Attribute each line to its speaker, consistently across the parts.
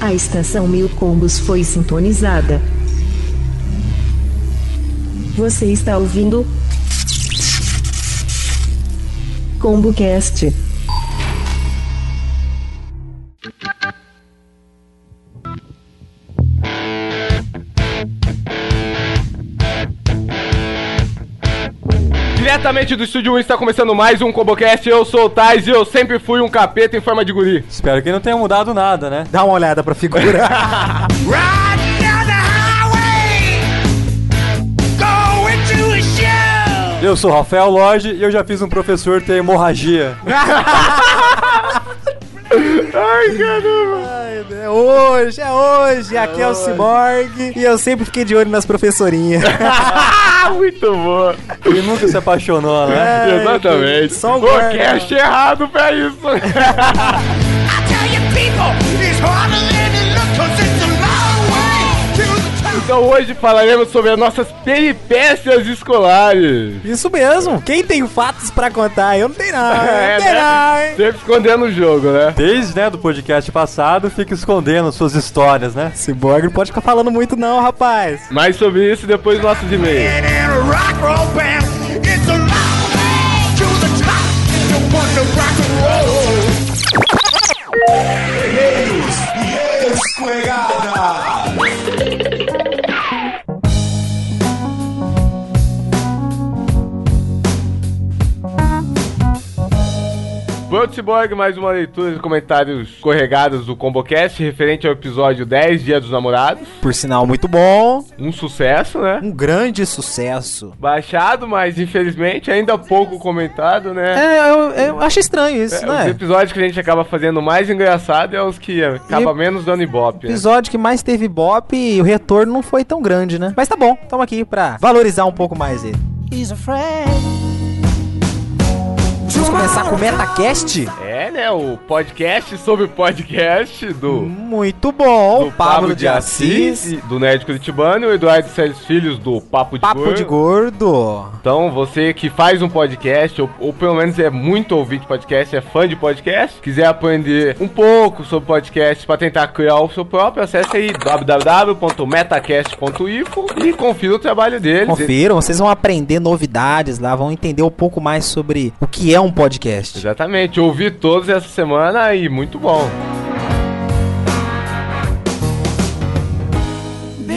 Speaker 1: A estação Mil Combos foi sintonizada. Você está ouvindo ComboCast.
Speaker 2: Diretamente do Estúdio 1 está começando mais um ComboCast. Eu sou o Tais e eu sempre fui um capeta em forma de guri.
Speaker 3: Espero que não tenha mudado nada, né?
Speaker 4: Dá uma olhada pra figura.
Speaker 5: Riding down the highway, going to a show.
Speaker 3: Eu sou o Rafael Lodge e eu já fiz um professor ter hemorragia.
Speaker 4: Ai, é hoje, é hoje. Aqui é o Cyborg. E eu sempre fiquei de olho nas professorinhas.
Speaker 2: Ah, muito boa!
Speaker 3: Ele nunca se apaixonou, né?
Speaker 4: Ai,
Speaker 2: Exatamente.
Speaker 4: É, só um o
Speaker 2: o
Speaker 4: guarda.
Speaker 2: cast errado pra isso.
Speaker 5: I tell you, people, it's harder than it looks 'cause it's a long way to the top.
Speaker 2: então hoje falaremos sobre as nossas peripécias escolares.
Speaker 4: Isso mesmo. Quem tem fatos pra contar? Eu não tenho não. Eu não tenho não, É, hein?
Speaker 2: É, né? Sempre escondendo o jogo, né?
Speaker 3: Desde, né, do podcast passado, fica escondendo suas histórias, né?
Speaker 4: Cyborg não pode ficar falando muito não, rapaz.
Speaker 2: Mais sobre isso depois dos nossos e-mails.
Speaker 5: And in a rock roll band, it's a long way to the top. You want to rock and roll?
Speaker 2: Pronto, Cyborg, mais uma leitura de comentários corregados do ComboCast referente ao episódio 10, Dia dos Namorados.
Speaker 4: Por sinal, muito bom.
Speaker 2: Um sucesso, né?
Speaker 4: Um grande sucesso.
Speaker 2: Baixado, mas infelizmente ainda pouco comentado, né? É,
Speaker 4: É, eu, eu acho estranho isso,
Speaker 2: Os
Speaker 4: né?
Speaker 2: episódios que a gente acaba fazendo mais engraçado é os que acaba menos dando ibope. né?
Speaker 4: Episódio que mais teve bop e o retorno não foi tão grande, né? Mas tá bom, tamo aqui pra valorizar um pouco mais ele. Vamos começar com o Metacast?
Speaker 2: É, né? O podcast sobre podcast do,
Speaker 4: Muito bom,
Speaker 2: do e do Nerd Curitibano e o Eduardo Sérgio Filhos do Papo de
Speaker 4: Papo
Speaker 2: Gordo.
Speaker 4: de gordo.
Speaker 2: Então, você que faz um podcast, ou, ou pelo menos é muito ouvinte de podcast, é fã de podcast, quiser aprender um pouco sobre podcast pra tentar criar o seu próprio, acesse aí www.metacast.info e confira o trabalho deles.
Speaker 4: Confiram, vocês vão aprender novidades lá, vão entender um pouco mais sobre o que é um podcast.
Speaker 2: Exatamente, ouvi todos essa semana e muito bom.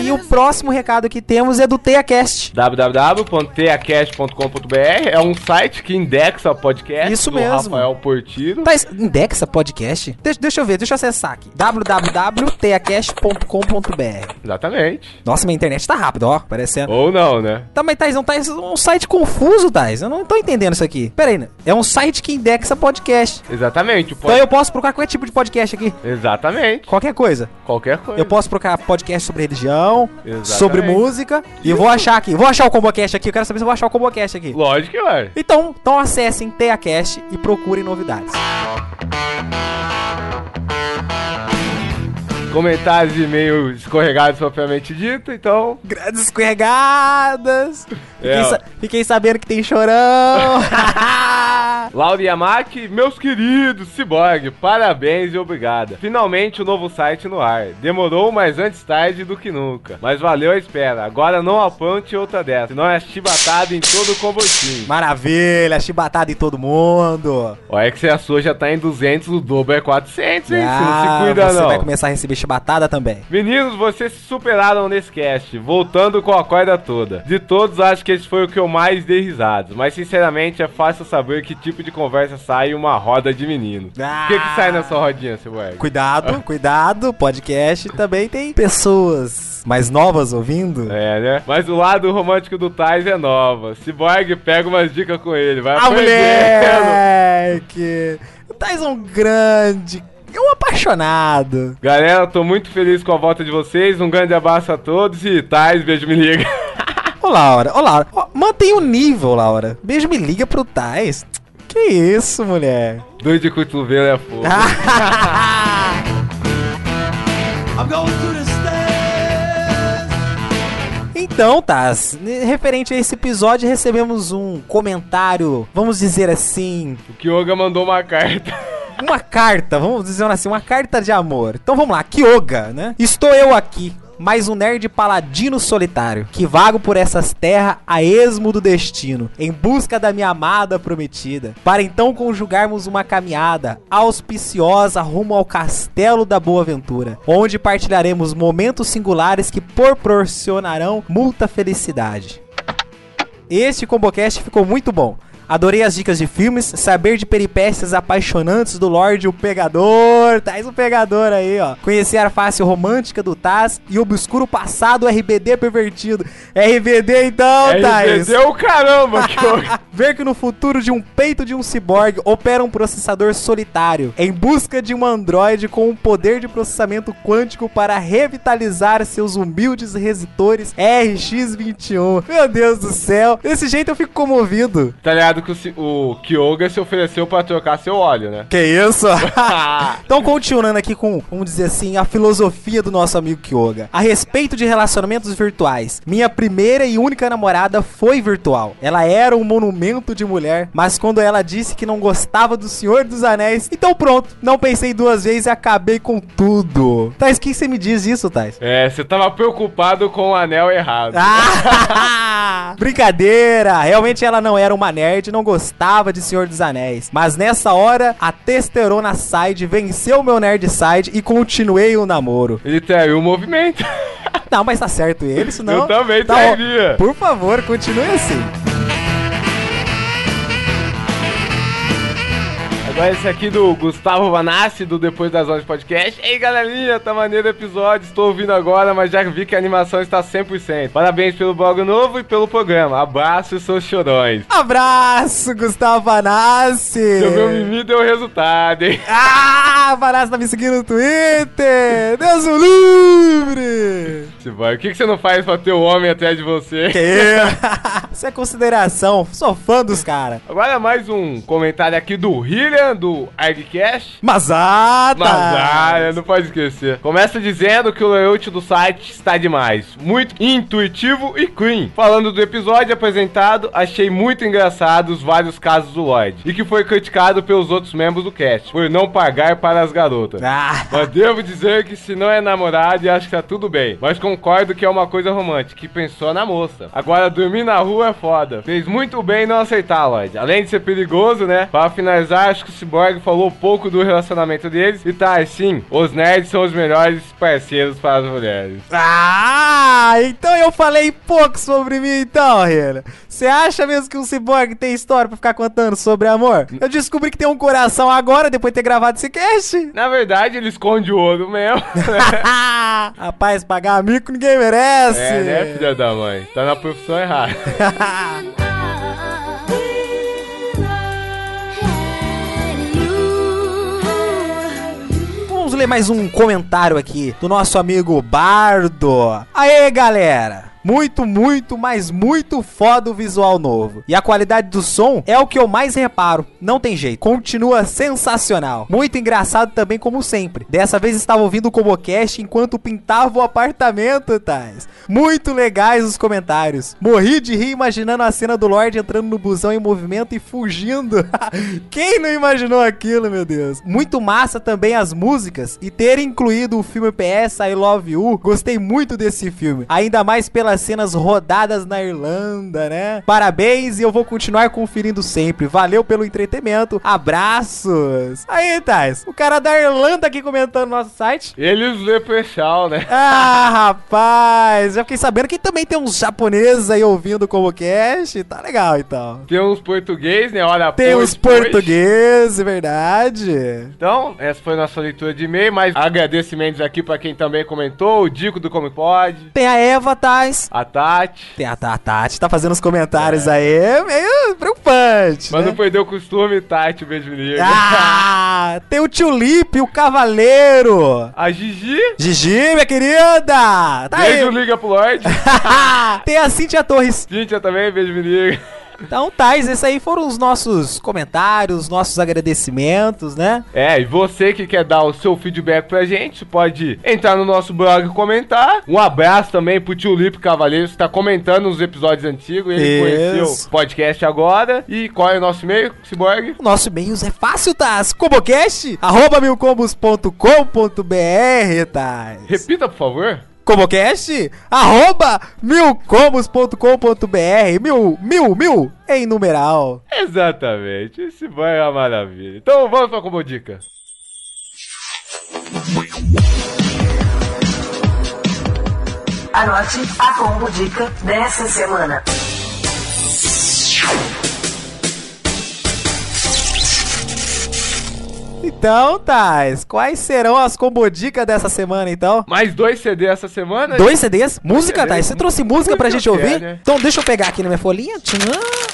Speaker 4: E o próximo recado que temos é do TeiaCast.
Speaker 2: www.teacast.com.br é um site que indexa podcast
Speaker 4: Isso
Speaker 2: do
Speaker 4: mesmo.
Speaker 2: Rafael Portiro.
Speaker 4: Tá, es- indexa podcast? Deixa, deixa eu ver, deixa eu acessar aqui. www.teacast.com.br
Speaker 2: Exatamente.
Speaker 4: Nossa, minha internet tá rápida, ó, parecendo.
Speaker 2: Ou não, né?
Speaker 4: Tá, mas Thais, é um, Thais, um site confuso, Thais. Eu não tô entendendo isso aqui. Pera aí, né? é um site que indexa podcast.
Speaker 2: Exatamente. o pod-
Speaker 4: Então eu posso procurar qualquer tipo de podcast aqui.
Speaker 2: Exatamente.
Speaker 4: Qualquer coisa.
Speaker 2: Qualquer coisa.
Speaker 4: Eu posso procurar podcast sobre religião,
Speaker 2: Exatamente.
Speaker 4: sobre música. E vou achar aqui. Vou achar o ComboCast aqui. Eu quero saber se eu vou achar o ComboCast aqui.
Speaker 2: Lógico que vai.
Speaker 4: Então, então acessem TeaCast e procurem novidades.
Speaker 2: Comentários e e-mail escorregados propriamente dito, então.
Speaker 4: Grandes escorregadas. Fiquei,
Speaker 2: É, ó.
Speaker 4: sa- fiquei sabendo que tem chorão.
Speaker 2: Laura Yamaki, meus queridos Cyborg, parabéns e obrigada. Finalmente o novo site no ar. Demorou, mas antes tarde do que nunca. Mas valeu a espera. Agora não aponte outra dessa, senão é chibatada em todo o combotinho.
Speaker 4: Maravilha, chibatada em todo mundo.
Speaker 2: Olha que se a sua já tá em 200, o dobro é 400, hein? você não
Speaker 4: Ah,
Speaker 2: se cuida,
Speaker 4: você
Speaker 2: não.
Speaker 4: vai começar a receber chibatada também.
Speaker 2: Meninos, vocês se superaram nesse cast, voltando com a corda toda. De todos, acho que esse foi o que eu mais dei risadas, mas sinceramente é fácil saber que tipo de conversa sai em uma roda de menino.
Speaker 4: Ah.
Speaker 2: O que que sai nessa rodinha, seu moleque? Ah.
Speaker 4: Cuidado, cuidado. Podcast também tem pessoas mais novas ouvindo.
Speaker 2: É, né? Mas o lado romântico do Tais é nova. Cyborg, pega umas dicas com ele, vai
Speaker 4: Ah,
Speaker 2: aprendendo.
Speaker 4: moleque! O Thais é um grande, é um apaixonado.
Speaker 2: Galera, tô muito feliz com a volta de vocês, um grande abraço a todos e Tais, beijo, me liga.
Speaker 4: Ô, Laura, ô, Laura, ó, mantém o nível, Laura. Beijo, me liga pro Thais. Que isso, mulher?
Speaker 2: Doido de cotovelo é fogo.
Speaker 4: Ah.
Speaker 5: I'm going to the stairs.
Speaker 4: Então, Taz, ne- referente a esse episódio, recebemos um comentário, vamos dizer assim,
Speaker 2: O Kyoga mandou uma carta.
Speaker 4: uma carta, vamos dizer assim, uma carta de amor. Então vamos lá, Kyoga, né? Estou eu aqui. Mais um nerd paladino solitário, que vago por essas terras a esmo do destino, em busca da minha amada prometida, para então conjugarmos uma caminhada auspiciosa rumo ao castelo da Boa Ventura, onde partilharemos momentos singulares que proporcionarão muita felicidade. Este Combocast ficou muito bom. Adorei as dicas de filmes, saber de peripécias apaixonantes do Lorde o Pegador. Traz o Pegador aí, ó. Conhecer a face romântica do Taz e o obscuro passado RBD pervertido. RBD então, Taz.
Speaker 2: RBD é o caramba, que eu...
Speaker 4: Ver que no futuro de um peito de um ciborgue opera um processador solitário, em busca de um androide com um poder de processamento quântico para revitalizar seus humildes resitores RX-21. Meu Deus do céu, desse jeito eu fico comovido.
Speaker 2: Tá ligado que o, ci- o Kyoga se ofereceu pra trocar seu óleo, né?
Speaker 4: Que isso? então, continuando aqui com, vamos dizer assim, a filosofia do nosso amigo Kyoga. A respeito de relacionamentos virtuais, minha primeira e única namorada foi virtual. Ela era um monumento de mulher, mas quando ela disse que não gostava do Senhor dos Anéis, então pronto, não pensei duas vezes e acabei com tudo. Thais, o que você me diz isso, Thais?
Speaker 2: É, você tava preocupado com o anel errado.
Speaker 4: Ah, Brincadeira! Realmente ela não era uma nerd, não gostava de Senhor dos Anéis. Mas nessa hora, a testosterona side venceu o meu nerd side e continuei o namoro.
Speaker 2: Ele traiu o movimento.
Speaker 4: Não, mas tá certo ele, isso não.
Speaker 2: Eu também
Speaker 4: tá bom.
Speaker 2: trairia.
Speaker 4: Por favor, continue assim.
Speaker 2: Agora esse aqui do Gustavo Vanassi, do Depois das Horas Podcast. Ei, galerinha, tá maneiro o episódio, estou ouvindo agora, mas já vi que a animação está 100%. Parabéns pelo blog novo e pelo programa. Abraço, seus chorões.
Speaker 4: Abraço, Gustavo
Speaker 2: Seu meu
Speaker 4: Anassi!
Speaker 2: mimimi deu resultado, hein?
Speaker 4: Ah, Vanassi tá me seguindo no Twitter! Deus o livre!
Speaker 2: Esse boy, O que, que você não faz pra ter o homem atrás de você?
Speaker 4: É. Que? Isso é consideração. Sou fã dos caras.
Speaker 2: Agora mais um comentário aqui do Hillian, do Argcast.
Speaker 4: Mazada!
Speaker 2: Lazara, não pode esquecer. Começa dizendo que o layout do site está demais. Muito intuitivo e clean. Falando do episódio apresentado, achei muito engraçado os vários casos do Lloyd. E que foi criticado pelos outros membros do cast por não pagar para as garotas.
Speaker 4: Ah,
Speaker 2: Mas devo dizer que se não é namorado, eu acho que tá tudo bem. Mas concordo que é uma coisa romântica, que pensou na moça. Agora, dormir na rua é foda. Fez muito bem não aceitar, Lloyd. Além de ser perigoso, né? Pra finalizar, acho que o Cyborg falou pouco do relacionamento deles. E tá, sim, os nerds são os melhores parceiros para as mulheres.
Speaker 4: ah, então eu falei pouco sobre mim, então, Renan. Você acha mesmo que um ciborgue tem história pra ficar contando sobre amor? Eu descobri que tem um coração agora, depois de ter gravado esse cast.
Speaker 2: Na verdade, ele esconde o ouro mesmo. né?
Speaker 4: Ah, Rapaz, pagar mico ninguém merece.
Speaker 2: é, né, filha da mãe? Tá na profissão errada.
Speaker 4: Ah. Vamos ler mais um comentário aqui do nosso amigo Bardo. Aê, galera! Muito, muito, mas muito foda o visual novo. E a qualidade do som é o que eu mais reparo. Não tem jeito. Continua sensacional. Muito engraçado também, como sempre. Dessa vez estava ouvindo o Comocast enquanto pintava o apartamento, Thais. Muito legais os comentários. Morri de rir imaginando a cena do Lorde entrando no busão em movimento e fugindo. Quem não imaginou aquilo, meu Deus? Muito massa também as músicas e ter incluído o filme PS I Love You. Gostei muito desse filme, ainda mais pelas cenas rodadas na Irlanda, né? Parabéns e eu vou continuar conferindo sempre. Valeu pelo entretenimento. Abraços. Aí, Thais, o cara da Irlanda aqui comentando no nosso site.
Speaker 2: Eles lê peixal, né?
Speaker 4: Ah, rapaz, já fiquei sabendo que também tem uns japoneses aí ouvindo o Comocast. Tá legal, então.
Speaker 2: Tem uns português, né? Olha,
Speaker 4: Tem
Speaker 2: pois,
Speaker 4: uns
Speaker 2: pois.
Speaker 4: portugueses, verdade.
Speaker 2: Então, essa foi nossa leitura de e-mail, mas agradecimentos aqui pra quem também comentou, o Dico do Como Pode,
Speaker 4: Tem a Eva Tais.
Speaker 2: a Tati.
Speaker 4: Tem a, Ta- a Tati, tá fazendo os comentários aí, meio preocupante.
Speaker 2: Mas
Speaker 4: né?
Speaker 2: não perdeu o é costume, Tati, beijo menino.
Speaker 4: Ah, tem o Tio Lipe, o Cavaleiro.
Speaker 2: A Gigi,
Speaker 4: Gigi, minha querida! Tá
Speaker 2: beijo
Speaker 4: aí.
Speaker 2: liga pro Lorde.
Speaker 4: tem a Cintia Torres.
Speaker 2: Cíntia também, beijo menino.
Speaker 4: Então, Tais, esses aí foram os nossos comentários, nossos agradecimentos, né?
Speaker 2: É, e você que quer dar o seu feedback pra gente, pode entrar no nosso blog e comentar. Um abraço também pro tio Lipe Cavaleiro, que tá comentando os episódios antigos. Ele conheceu
Speaker 4: Isso.
Speaker 2: o podcast agora. E qual é o nosso e-mail, Cyborg?
Speaker 4: O nosso e-mail é fácil, Tais. Combocast, arroba milcombos.com.br, Tais.
Speaker 2: Repita, por favor.
Speaker 4: Combocast, arroba milcombos.com.br. Mil, mil, mil, em numeral.
Speaker 2: Exatamente, esse banho é uma maravilha. Então vamos pra como dica.
Speaker 6: Anote a combo dica dessa semana.
Speaker 4: Então, Tais, quais serão as combodicas dessa semana, então?
Speaker 2: Mais dois CD essa semana.
Speaker 4: Dois CDs? Música,
Speaker 2: CDs?
Speaker 4: Thais? Você trouxe música pra
Speaker 2: Música
Speaker 4: gente
Speaker 2: eu quero,
Speaker 4: ouvir?
Speaker 2: né?
Speaker 4: Então deixa eu pegar aqui na minha folhinha. Tchan.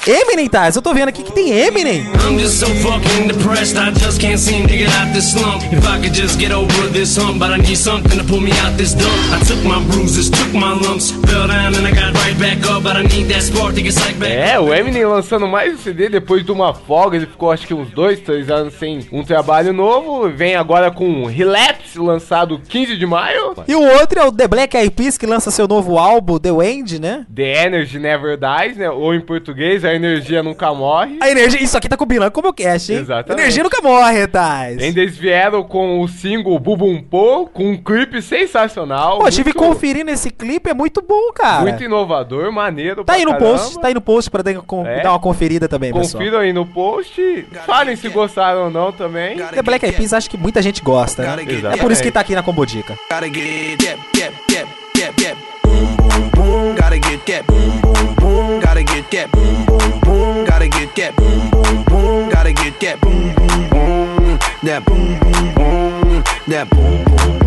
Speaker 4: Eminem, Thais. Eu tô vendo aqui que tem Eminem.
Speaker 7: I'm just so fucking depressed, I just can't seem to get out this slump. If I could just get over this hump, but I need something to pull me out this dump. I took my bruises, took my lumps, fell down and I got right back up, but I need that spark to get psyched back
Speaker 2: É, o Eminem lançando mais um CD depois de uma folga. Ele ficou acho que uns dois, três anos sem um trabalho novo. Vem agora com Relapse, lançado 15 de maio.
Speaker 4: E o outro é o The Black Eyed Peas, que lança seu novo álbum, The End, né?
Speaker 2: The Energy Never Dies, né? Ou em português, A Energia Nunca Morre.
Speaker 4: A energia... Isso aqui tá combinando com o meu cast, hein?
Speaker 2: Exatamente.
Speaker 4: Energia nunca morre, Thais.
Speaker 2: Ainda eles vieram com o single Bubum Po, com um clipe sensacional.
Speaker 4: Pô, eu tive
Speaker 2: muito-
Speaker 4: conferindo esse clipe, é muito bom, cara.
Speaker 2: Muito inovador, maneiro.
Speaker 4: Tá
Speaker 2: pra
Speaker 4: aí no
Speaker 2: caramba.
Speaker 4: post, tá aí no post pra dar com-
Speaker 2: É.
Speaker 4: dar uma conferida também, pessoal.
Speaker 2: Confiram aí no post. Falem se gostaram ou não também.
Speaker 4: The Black Eyed Peas acho que muita gente gosta, né? É por isso que tá aqui na Combodica.
Speaker 5: Gotta get that, that, that, that, that. Boom, boom, boom. Gotta get that. Boom, boom, boom. Gotta get that. Boom, boom, boom. Gotta get that. Boom, boom, boom. Gotta get that. Boom, boom, boom. That boom, boom, boom. That boom, boom, boom. That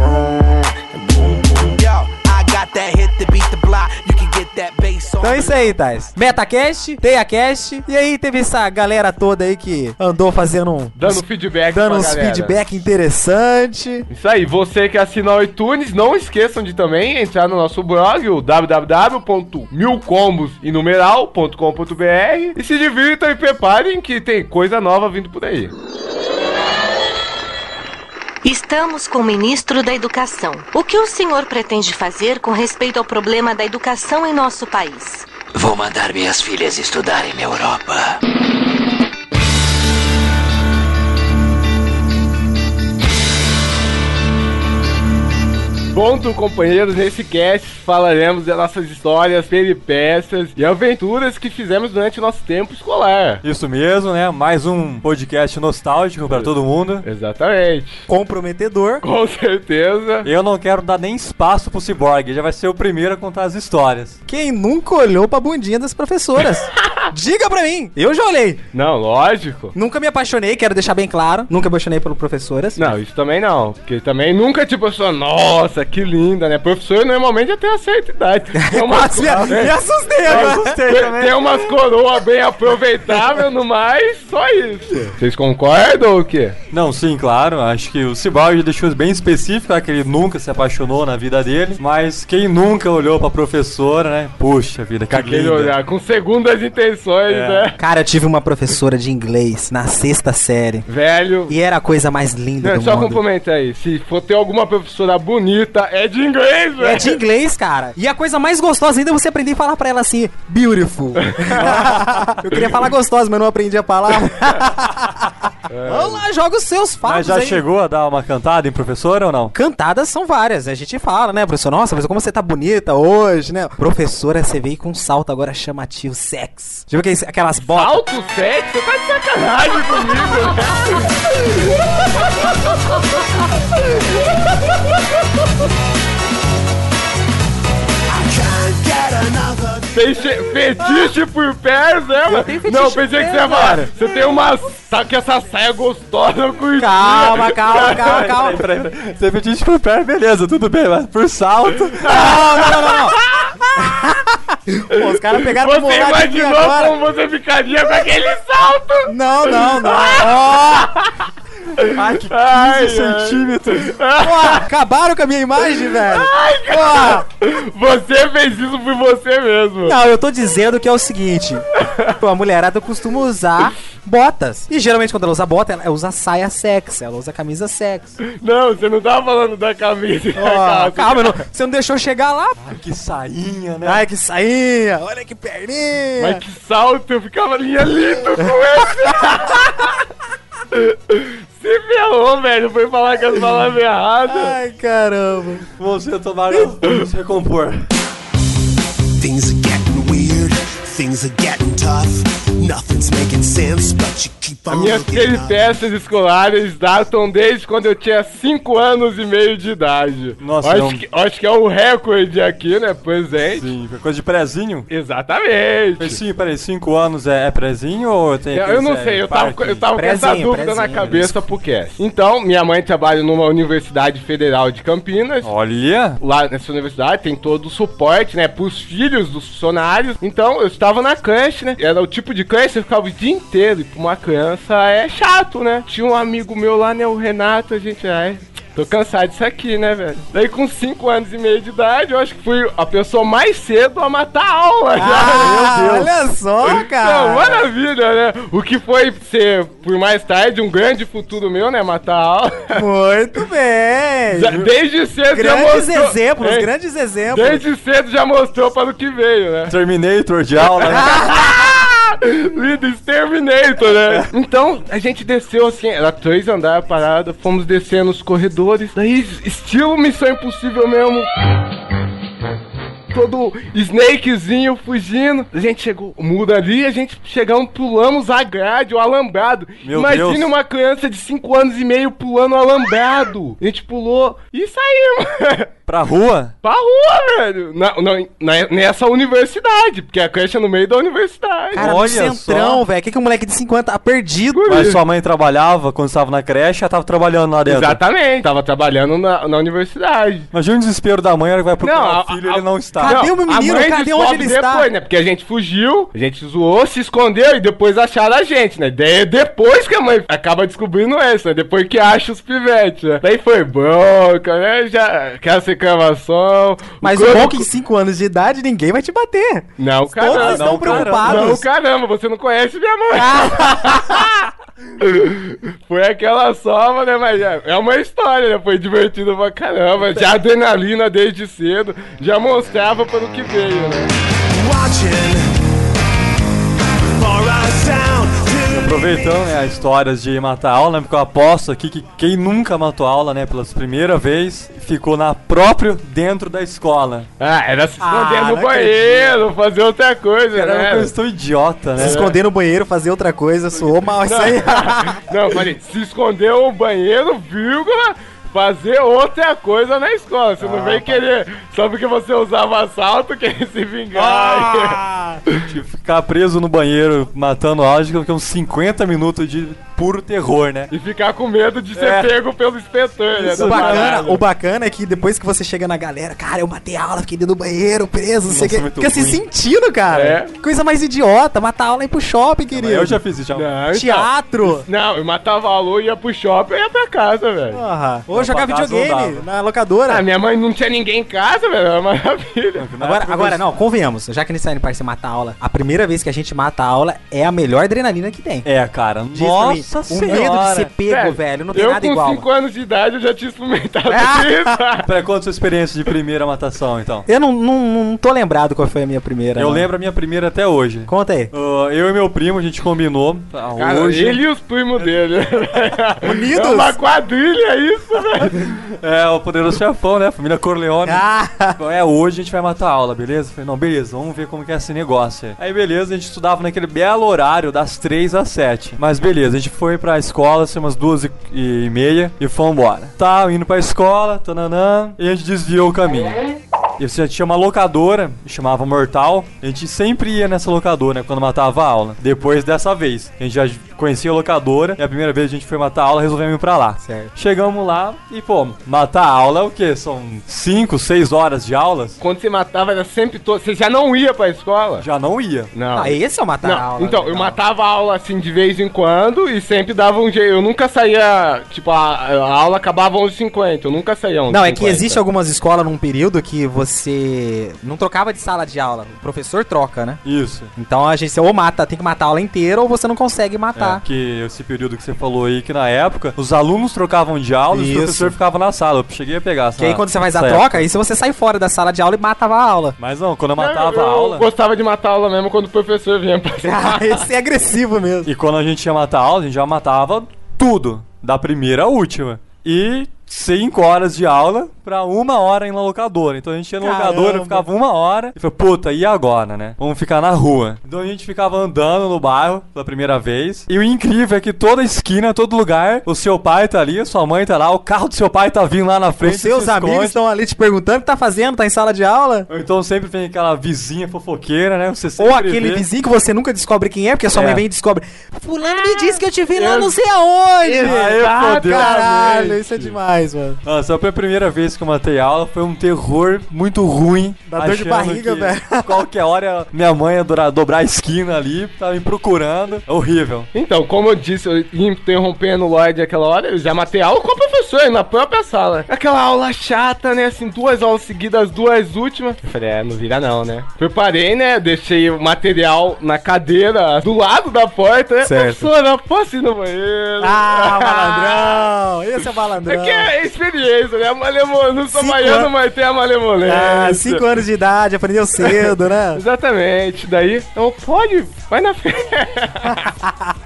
Speaker 5: boom, boom. Yo, I got that hit to beat the block. You can get that bass on.
Speaker 4: Então é isso aí, Thais. MetaCast, TeiaCast. E aí teve essa galera toda aí que andou fazendo um.
Speaker 2: Dando feedback
Speaker 4: dando
Speaker 2: pra
Speaker 4: uns
Speaker 2: galera.
Speaker 4: feedback interessante.
Speaker 2: Isso aí, você que assina o iTunes, não esqueçam de também entrar no nosso blog, o www.milcombosinumeral.com.br e se divirtam e preparem que tem coisa nova vindo por aí.
Speaker 6: Estamos com o ministro da Educação. O que o senhor pretende fazer com respeito ao problema da educação em nosso país?
Speaker 8: Vou mandar minhas filhas estudarem na Europa.
Speaker 2: Bom, tu, companheiros, nesse cast falaremos das nossas histórias, peripécias e aventuras que fizemos durante o nosso tempo escolar.
Speaker 3: Isso mesmo, né? Mais um podcast nostálgico pra todo mundo.
Speaker 2: Exatamente.
Speaker 4: Comprometedor.
Speaker 2: Com certeza.
Speaker 3: Eu não quero dar nem espaço pro Cyborg, ele já vai ser o primeiro a contar as histórias.
Speaker 4: Quem nunca olhou pra bundinha das professoras? Diga pra mim. Eu já olhei.
Speaker 2: Não, lógico.
Speaker 4: Nunca me apaixonei, quero deixar bem claro. Nunca me apaixonei por professoras.
Speaker 2: Não, isso também não. Porque também nunca, tipo, eu sou, nossa, que linda, né? Professor normalmente já tem uma certa idade. Tem umas, né?
Speaker 4: Quase me, me assustei agora.
Speaker 2: tem, tem umas coroas bem aproveitáveis, no mais, só isso. Vocês concordam ou o quê?
Speaker 3: Não, sim, claro. Acho que o Cyborg deixou bem específico, né, que ele nunca se apaixonou na vida dele. Mas quem nunca olhou pra professora, né? Puxa vida, que
Speaker 2: Aquele
Speaker 3: linda.
Speaker 2: olhar, com segundas intenções,
Speaker 3: É.
Speaker 2: né?
Speaker 4: Cara, eu tive uma professora de inglês na sexta série.
Speaker 2: Velho.
Speaker 4: E era a coisa mais linda
Speaker 2: Não,
Speaker 4: do
Speaker 2: só
Speaker 4: mundo.
Speaker 2: complementa aí. Se for ter alguma professora bonita, é de inglês, velho.
Speaker 4: É de inglês, cara. E a coisa mais gostosa ainda é você aprender a falar pra ela assim, beautiful. eu queria falar gostosa, mas não aprendi a palavra.
Speaker 2: É.
Speaker 4: Vamos lá, joga os seus
Speaker 3: Mas
Speaker 4: fatos
Speaker 3: já
Speaker 4: aí.
Speaker 3: chegou a dar uma cantada em professora ou não?
Speaker 4: Cantadas são várias, né? a gente fala, né, professor? Nossa, mas como você tá bonita hoje, né? Professora, você veio com um salto agora chamativo, sexy. Já viu aqueles- aquelas botas?
Speaker 2: Alto sexo? Você tá de sacanagem comigo, né? Feixe- Fetiche por pés, né, mano?
Speaker 4: fetiche
Speaker 2: Não, pensei que
Speaker 4: por
Speaker 2: você
Speaker 4: pé,
Speaker 2: ia falar.
Speaker 4: cara.
Speaker 2: Você tem uma. Tá que essa saia gostosa, eu curti.
Speaker 4: Calma, calma, calma, calma.
Speaker 3: Você fetiche por pé, beleza, tudo bem, mas por salto. Ah,
Speaker 4: Não, não, não, não, não. Pô, os caras pegaram pra
Speaker 2: Você
Speaker 4: morar de mim
Speaker 2: imaginou
Speaker 4: agora.
Speaker 2: como você ficaria com aquele salto?
Speaker 4: Não, não, não. Ó!
Speaker 3: Ai, que 15
Speaker 2: Ai, ai.
Speaker 3: centímetros.
Speaker 4: Porra, acabaram com a minha imagem, velho. Porra.
Speaker 2: Você fez isso por você mesmo.
Speaker 4: Não, eu tô dizendo que é o seguinte: a mulherada costuma usar botas. E geralmente quando ela usa bota, ela usa saia sexy, ela usa camisa sexy.
Speaker 2: Não, você não tava falando da camisa. e da
Speaker 4: Ó,
Speaker 2: calça.
Speaker 4: Ah, calma, não- você não deixou eu chegar lá.
Speaker 3: Ai, que sainha, né?
Speaker 4: Ai, que sainha, olha que perninha.
Speaker 2: Mas que salto, eu ficava linha lindo com esse. Se ferrou, velho. Foi falar com as palavras erradas.
Speaker 4: Ai, caramba.
Speaker 3: Você tomar um- se recompor.
Speaker 9: Things are getting weird, things are getting tough. Nothing's making sense, but you keep on
Speaker 2: Minhas
Speaker 9: looking up.
Speaker 2: peripécias escolares datam desde quando eu tinha 5 anos e meio de idade.
Speaker 3: Nossa,
Speaker 2: acho,
Speaker 3: é um-
Speaker 2: que, acho que é o recorde aqui, né? Presente.
Speaker 3: Sim, coisa de prezinho. Foi
Speaker 2: Exatamente.
Speaker 3: sim, peraí, 5 anos é, é prezinho ou tem
Speaker 2: Eu, eu
Speaker 3: aqueles,
Speaker 2: não
Speaker 3: é,
Speaker 2: sei, eu tava,
Speaker 3: parque?
Speaker 2: eu tava com essa
Speaker 4: Prezinho,
Speaker 2: dúvida na
Speaker 4: prezinho.
Speaker 2: cabeça pro cast. Então, minha mãe trabalha numa universidade federal de Campinas.
Speaker 3: Olha,
Speaker 2: lá nessa universidade tem todo o suporte, né, pros filhos dos funcionários. Então, eu estava na creche, né? Era o tipo de creche que eu ficava o dia inteiro. E pra uma criança é chato, né? Tinha um amigo meu lá, né, o Renato, a gente, ai. Tô cansado disso aqui, né, velho? Daí com 5 anos e meio de idade, eu acho que fui a pessoa mais cedo a matar a aula,
Speaker 4: Ah,
Speaker 2: já.
Speaker 4: olha só, cara.
Speaker 2: Não, Então, maravilha, né? O que foi ser, por mais tarde, um grande futuro meu, né? Matar a aula.
Speaker 4: Muito bem.
Speaker 2: Já- Desde cedo já
Speaker 4: Grandes
Speaker 2: mostrou-
Speaker 4: exemplos,
Speaker 2: É,
Speaker 4: grandes exemplos.
Speaker 2: Desde cedo já mostrou para o que veio, né?
Speaker 3: Terminator de aula, né?
Speaker 2: Lido Exterminator, né? Então, a gente desceu assim, era três andares parada, fomos descendo os corredores, daí estilo Missão Impossível mesmo. Todo snakezinho fugindo. A gente chegou, o muro ali, a gente chegamos, pulamos a grade, o alambrado.
Speaker 3: Meu
Speaker 2: Imagina
Speaker 3: Deus.
Speaker 2: uma criança de 5 anos e meio pulando o alambrado. A gente pulou e saímos.
Speaker 3: pra rua?
Speaker 2: pra rua, velho. Na, na- na- nessa universidade, porque a creche é no meio da universidade.
Speaker 4: Cara,
Speaker 3: Olha
Speaker 4: no centrão, velho. O que, que um moleque de 50 tá perdido?
Speaker 3: Mas sua mãe trabalhava quando estava na creche, ela tava trabalhando lá dentro.
Speaker 2: Exatamente, tava trabalhando na, na universidade.
Speaker 3: Imagina o desespero da mãe, ela vai procurar
Speaker 2: Não,
Speaker 3: o
Speaker 2: a-
Speaker 3: filho e
Speaker 2: a-
Speaker 3: ele não está.
Speaker 4: Cadê o meu
Speaker 2: a
Speaker 4: menino?
Speaker 2: mãe
Speaker 4: Cadê onde
Speaker 2: descobre
Speaker 4: ele está?
Speaker 2: depois, né? Porque a gente fugiu, a gente zoou, se escondeu e depois acharam a gente, né? De, depois que a mãe acaba descobrindo isso, né? Depois que acha os pivetes, né? Daí foi bronca, né? Já, aquela reclamação.
Speaker 4: Mas o
Speaker 2: corpo-
Speaker 4: bom é que em 5 anos de idade ninguém vai te bater.
Speaker 2: Não,
Speaker 4: Todos
Speaker 2: caramba.
Speaker 4: estão
Speaker 3: não, cara.
Speaker 4: preocupados.
Speaker 2: Não, caramba, você não conhece minha mãe. Foi aquela sova, né? Mas é é uma história, né? Foi divertido pra caramba. Já adrenalina desde cedo, já mostrava pelo que veio, né?
Speaker 9: Watching for a sound till
Speaker 3: Aproveitando né, as histórias de matar aula, né, porque eu aposto aqui que quem nunca matou aula, né, pela primeira vez, ficou na próprio dentro da escola.
Speaker 2: Ah, era se esconder
Speaker 4: Ah,
Speaker 2: no
Speaker 4: não
Speaker 2: banheiro, fazer outra coisa,
Speaker 3: Era uma
Speaker 2: né?
Speaker 3: questão idiota, né?
Speaker 4: Se
Speaker 2: É.
Speaker 4: esconder no banheiro, fazer outra coisa, suou mal isso aí.
Speaker 2: Não, eu falei, se esconder no banheiro, vírgula, fazer outra coisa na escola. Você não vem querer, só porque você usava assalto, querer se vingar.
Speaker 4: Ah!
Speaker 3: De Ficar preso no banheiro matando aula, acho que é uns 50 minutos de puro terror, né?
Speaker 2: E ficar com medo de ser
Speaker 3: É.
Speaker 2: pego pelo inspetor, né?
Speaker 3: Isso,
Speaker 4: O
Speaker 2: da
Speaker 4: bacana,
Speaker 2: parada.
Speaker 4: o bacana é que depois que você chega na galera, cara, eu matei aula, fiquei dentro do banheiro, preso, não sei o que.
Speaker 3: muito
Speaker 4: Fica se
Speaker 3: ruim.
Speaker 4: sentindo, cara.
Speaker 2: É.
Speaker 4: Que Coisa mais idiota, matar aula e ir pro shopping, querido.
Speaker 3: Eu já fiz isso, já.
Speaker 2: Não, então.
Speaker 4: Teatro.
Speaker 2: Não, eu matava a lua, ia pro shopping, ia pra casa, velho.
Speaker 4: Porra. Ou
Speaker 3: Não,
Speaker 4: jogar
Speaker 3: pra casa não
Speaker 4: videogame
Speaker 3: dava.
Speaker 4: na locadora.
Speaker 2: Ah, minha mãe não tinha ninguém em casa, velho. Era maravilha.
Speaker 4: Agora, agora, não, convenhamos. Já que a gente tá indo pra se matar a aula, a primeira vez que a gente mata a aula é a melhor adrenalina que tem.
Speaker 3: É, cara.
Speaker 4: Diz pra mim,
Speaker 3: Nossa
Speaker 4: O medo de ser
Speaker 3: senhora.
Speaker 4: pego, velho, não tem
Speaker 2: eu
Speaker 4: nada igual.
Speaker 2: com 5 anos de idade eu já tinha experimentado
Speaker 4: Ah.
Speaker 2: isso.
Speaker 3: Pra conta sua experiência de primeira matação, então.
Speaker 4: Eu não, não, não tô lembrado qual foi a minha primeira.
Speaker 3: Eu
Speaker 4: não.
Speaker 3: lembro a minha primeira até hoje.
Speaker 4: Conta aí.
Speaker 3: Ah, eu e meu primo, a gente combinou.
Speaker 4: Tá,
Speaker 3: ah,
Speaker 2: Cara,
Speaker 3: hoje.
Speaker 2: ele e os primos dele.
Speaker 4: Unidos?
Speaker 2: É uma quadrilha isso, velho.
Speaker 3: É, o poderoso chefão, né? Família Corleone.
Speaker 4: Ah,
Speaker 3: É, hoje a gente vai matar a aula, beleza? Eu Falei, não, beleza, vamos ver como que é esse negócio. aí. Aí, beleza, a gente estudava naquele belo horário das 3 às 7. Mas beleza, a gente foi pra escola, assim, umas duas e, e meia, e fomos embora. Tá, indo pra escola, tananã, e a gente desviou o caminho. E você tinha uma locadora, chamava Mortal. A gente sempre ia nessa locadora né, quando matava a aula. Depois dessa vez, a gente já conheci a locadora e a primeira vez a gente foi matar a aula, resolvemos ir pra lá.
Speaker 4: Certo.
Speaker 3: Chegamos lá e, pô, matar a aula é o quê? São 5, 6 horas de aulas?
Speaker 2: Quando você matava, era sempre todo. Você já não ia pra escola?
Speaker 3: Já não ia.
Speaker 2: Não.
Speaker 4: Ah, esse é o matar
Speaker 2: Não,
Speaker 4: a aula.
Speaker 2: então, eu matava a aula assim de vez em quando e sempre dava um jeito. Eu nunca saía, tipo, a, a aula acabava 11h50, eu nunca saía 11h50.
Speaker 4: Não, é que
Speaker 2: tá.
Speaker 4: existe algumas escolas num período que você não trocava de sala de aula. O professor troca, né?
Speaker 3: Isso.
Speaker 4: Então a gente ou mata, tem que matar a aula inteira ou você não consegue
Speaker 3: É,
Speaker 4: matar.
Speaker 3: que esse período que você falou aí, que na época os alunos trocavam de aula e
Speaker 4: Isso.
Speaker 3: o professor ficava na sala. Eu cheguei a pegar essa.
Speaker 4: Que aí quando você faz a
Speaker 3: essa
Speaker 4: troca, aí se você sai fora da sala de aula e matava a aula.
Speaker 3: Mas não, quando eu
Speaker 2: Eu-
Speaker 3: matava
Speaker 2: eu
Speaker 3: a aula.
Speaker 2: gostava de matar a aula mesmo quando o professor vinha pra
Speaker 4: Ah, esse é agressivo mesmo.
Speaker 3: E quando a gente ia matar a aula, a gente já matava tudo, da primeira à última. E cinco horas de aula pra uma hora em locadora. Então a gente ia na
Speaker 4: Caramba.
Speaker 3: locadora, ficava uma hora e falou, puta, e agora, né? Vamos ficar na rua. Então a gente ficava andando no bairro pela primeira vez. E o incrível é que toda esquina, todo lugar, o seu pai tá ali, a sua mãe tá lá, o carro do seu pai tá vindo lá na frente.
Speaker 4: Os seus
Speaker 3: se esconde.
Speaker 4: amigos estão ali te perguntando o que tá fazendo, tá em sala de aula?
Speaker 3: Ou então sempre vem aquela vizinha fofoqueira, né? Você
Speaker 4: Ou
Speaker 3: sempre
Speaker 4: aquele
Speaker 3: vê.
Speaker 4: vizinho que você nunca descobre quem é, porque sua
Speaker 3: É.
Speaker 4: mãe vem e descobre. Fulano me disse que eu te vi lá
Speaker 2: Eu-
Speaker 4: não sei aonde!
Speaker 3: Aê,
Speaker 4: Ah,
Speaker 3: fodeu.
Speaker 4: caralho, isso é
Speaker 3: Gente.
Speaker 4: demais, mano.
Speaker 3: Ah, só a primeira vez que eu matei aula foi um terror muito ruim.
Speaker 4: Dá dor de
Speaker 3: achando
Speaker 4: barriga,
Speaker 3: que
Speaker 4: velho.
Speaker 3: Qualquer hora minha mãe ia dobrar- dobrar a esquina ali, tava me procurando. É Horrível.
Speaker 2: Então, como eu disse, eu interrompendo o Lloyd aquela hora, eu já matei aula com o professor na própria sala. Aquela aula chata, né? Assim, duas aulas seguidas, as duas últimas. Eu falei, é, não vira não, né? Preparei, né? Deixei o material na cadeira do lado da porta, né?
Speaker 3: Certo.
Speaker 2: Professora, posso ir no banheiro?
Speaker 4: Ah, malandrão! Esse é o
Speaker 2: É
Speaker 4: malandrão.
Speaker 2: que é experiência, né? Malemolência. Não sou
Speaker 4: Cinco
Speaker 2: baiano,
Speaker 4: anos.
Speaker 2: mas tem a malemolência.
Speaker 4: Ah, 5 anos de idade, aprendeu cedo, né?
Speaker 2: Exatamente, daí, não pode, vai na frente.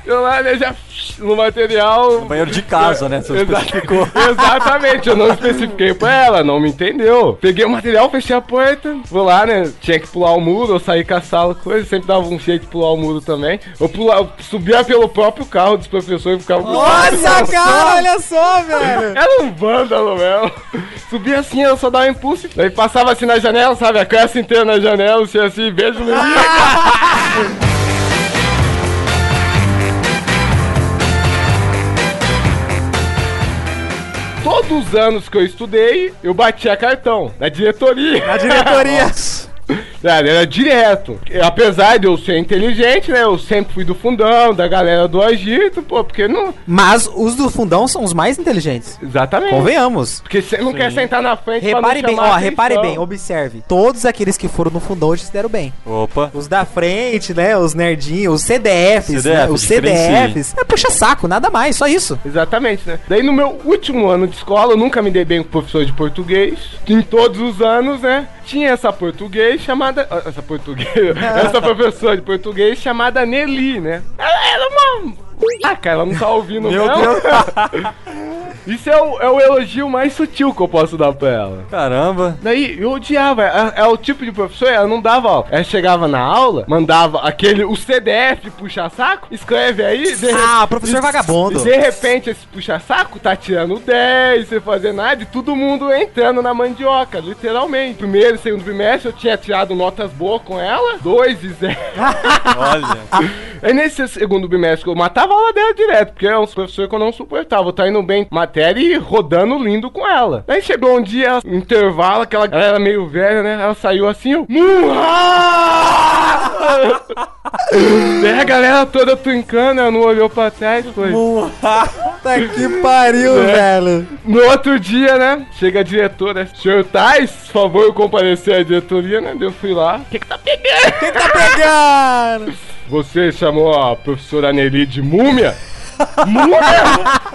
Speaker 2: eu lá, né, já no material. No
Speaker 3: Banheiro de casa, né? Você especificou.
Speaker 2: Exatamente, eu não especifiquei pra ela, não me entendeu. Peguei o material, fechei a porta, vou lá, né? Tinha que pular o muro, eu saí com a sala, coisa, sempre dava um jeito de pular o muro também. Eu, pula, eu subia pelo próprio carro dos professores e ficava.
Speaker 4: Nossa, cara, olha só, velho!
Speaker 2: Era um vândalo mesmo. Subia assim, eu só dava um impulso. Daí passava assim na janela, sabe? A classe inteira na janela, assim, assim, beijo no Todos os anos que eu estudei, eu batia cartão na diretoria.
Speaker 4: A diretoria.
Speaker 2: Cara, era direto. Apesar de eu ser inteligente, né? Eu sempre fui do fundão, da galera do agito, pô, porque não.
Speaker 4: Mas os do fundão são os mais inteligentes.
Speaker 2: Exatamente.
Speaker 4: Convenhamos.
Speaker 2: Porque você não quer sentar na frente pra
Speaker 4: Repare
Speaker 2: não
Speaker 4: bem,
Speaker 2: chamar
Speaker 4: ó,
Speaker 2: atenção.
Speaker 3: então.
Speaker 4: repare bem, observe. Todos aqueles que foram no fundão hoje se deram bem.
Speaker 3: Opa.
Speaker 4: Os da frente, né? Os nerdinhos, os CDFs, né,
Speaker 3: CDFs,
Speaker 4: os CDFs. É puxa saco, nada mais, só isso.
Speaker 2: Exatamente, né? Daí no meu último ano de escola, eu nunca me dei bem com professor de português. Em todos os anos, né? Tinha essa português chamada. ah, Essa português. essa professora de português chamada Nelly, né? Ela era uma. Ah, cara, ela não tá ouvindo
Speaker 3: Meu
Speaker 2: mesmo.
Speaker 3: Deus.
Speaker 2: Isso é o, é o elogio mais sutil que eu posso dar pra ela.
Speaker 3: Caramba.
Speaker 2: Daí eu odiava, é, é o tipo de professor, ela não dava aula. Ela chegava na aula, mandava aquele, o CDF puxa saco, escreve aí. de
Speaker 4: Ah, professor vagabundo.
Speaker 2: de repente, esse puxa-saco tá tirando 10, sem fazer nada, e todo mundo entrando na mandioca, literalmente. Primeiro e segundo trimestre, eu tinha tirado notas boas com ela, 2 e 0.
Speaker 3: Olha.
Speaker 2: Aí nesse segundo bimestre, eu matava a aula dela direto, porque é um professor que eu não suportava. Eu tá indo bem em matéria e rodando lindo com ela. Aí chegou um dia, um intervalo, aquela ela era meio velha, né? Ela saiu assim, eu. Murra! Daí a galera toda trincando, ela não olhou pra trás, foi.
Speaker 4: Puta que pariu,
Speaker 3: É.
Speaker 4: velho.
Speaker 2: No outro dia, né? Chega a diretora. Senhor Tais, por favor, comparecer à diretoria, né? Daí Eu fui lá. O que, que tá pegando?
Speaker 4: Quem tá pegando?
Speaker 2: Você chamou a professora Nelly de múmia? múmia?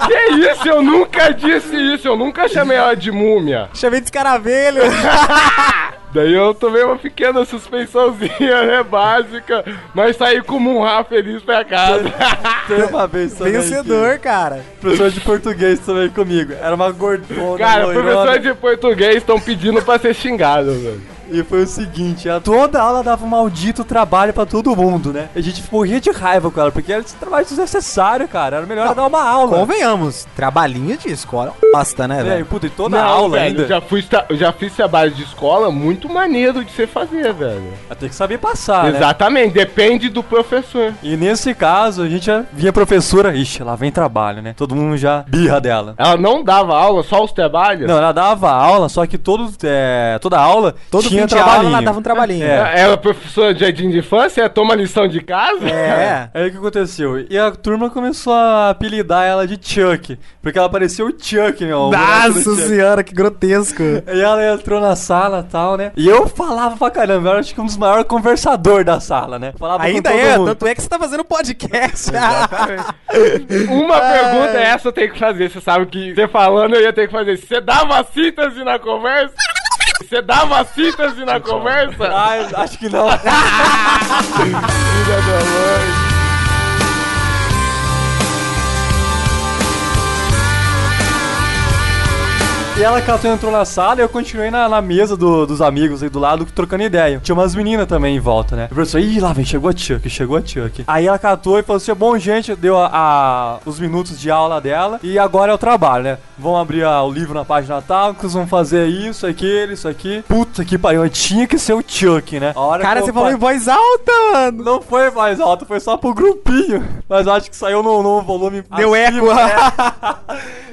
Speaker 2: que isso? Eu nunca disse isso. Eu nunca chamei ela de múmia.
Speaker 4: Chamei de escaravelho.
Speaker 2: Daí eu tomei uma pequena suspensãozinha, né? Básica. Mas saí com um rá feliz pra casa.
Speaker 3: Teve uma vez também.
Speaker 4: Vencedor, cara.
Speaker 3: que- Professor de português também comigo. Era uma gordona.
Speaker 2: Cara,
Speaker 3: loirona.
Speaker 2: professores de português estão pedindo pra ser xingado, velho.
Speaker 3: E foi o seguinte, ela, toda aula dava um maldito trabalho pra todo mundo, né? A gente morria de raiva com ela, porque era esse trabalho desnecessário, cara. Era melhor
Speaker 4: Não,
Speaker 3: ela dar uma aula.
Speaker 4: Convenhamos, trabalhinho de escola é uma bosta, né,
Speaker 3: É, e,
Speaker 4: velho?
Speaker 3: puta, e toda aula
Speaker 2: velho,
Speaker 3: ainda.
Speaker 2: Eu já, fui, esta- eu já fiz trabalho de escola muito maneiro de você fazer, velho.
Speaker 3: Ela Tem que saber passar, né?
Speaker 2: Exatamente, depende do professor.
Speaker 3: E nesse caso, a gente já via a professora, ixi, lá vem trabalho, né? Todo mundo já birra dela.
Speaker 2: Ela não dava aula, só os
Speaker 4: É.
Speaker 2: trabalhos?
Speaker 3: Não, ela dava aula, só que todo, é, toda aula
Speaker 4: Todo
Speaker 3: tinha
Speaker 4: fim de aula
Speaker 3: trabalhinho.
Speaker 4: ela dava um trabalhinho.
Speaker 3: É.
Speaker 2: Ela é professora de jardim de infância, toma lição de casa?
Speaker 4: É.
Speaker 3: Aí o que aconteceu? E a turma começou a apelidar ela de Chuck, porque ela parecia o Chuck, meu. né? o boneco do
Speaker 4: Nossa
Speaker 3: Chuck.
Speaker 4: senhora, que grotesco.
Speaker 3: E ela entrou na sala e tal, né? E eu falava pra caramba, eu era, acho que um dos maiores conversadores da sala, né? Falava
Speaker 4: Ainda
Speaker 3: com todo
Speaker 4: é,
Speaker 3: mundo.
Speaker 4: tanto é que você tá fazendo podcast.
Speaker 2: Uma
Speaker 3: É.
Speaker 4: Ai.
Speaker 2: pergunta essa eu tenho que fazer. Você sabe que você falando eu ia ter que fazer. Você dava a síntese na conversa? Você dava a síntese na conversa?
Speaker 3: Ai, acho que não. E ela catou entrou na sala e eu continuei na, na mesa do- dos amigos aí do lado, trocando ideia. Tinha umas meninas também em volta, né? O professor, ih, lá vem, chegou a Chuck, chegou a Chuck. Aí ela catou e falou assim: bom, gente, deu a, a- os minutos de aula dela e agora é o trabalho, né? Vão abrir a- o livro na página tal, que vocês vão fazer isso, aquilo, isso aqui. Puta que pariu, tinha que ser o Chuck, né? A hora
Speaker 4: Cara,
Speaker 3: que
Speaker 4: você
Speaker 3: eu
Speaker 4: falou
Speaker 3: fa-
Speaker 4: em voz alta, mano.
Speaker 3: Não foi mais alto, foi só pro grupinho. Mas eu acho que saiu num, num volume.
Speaker 4: Deu
Speaker 3: acima,
Speaker 4: eco.
Speaker 3: né?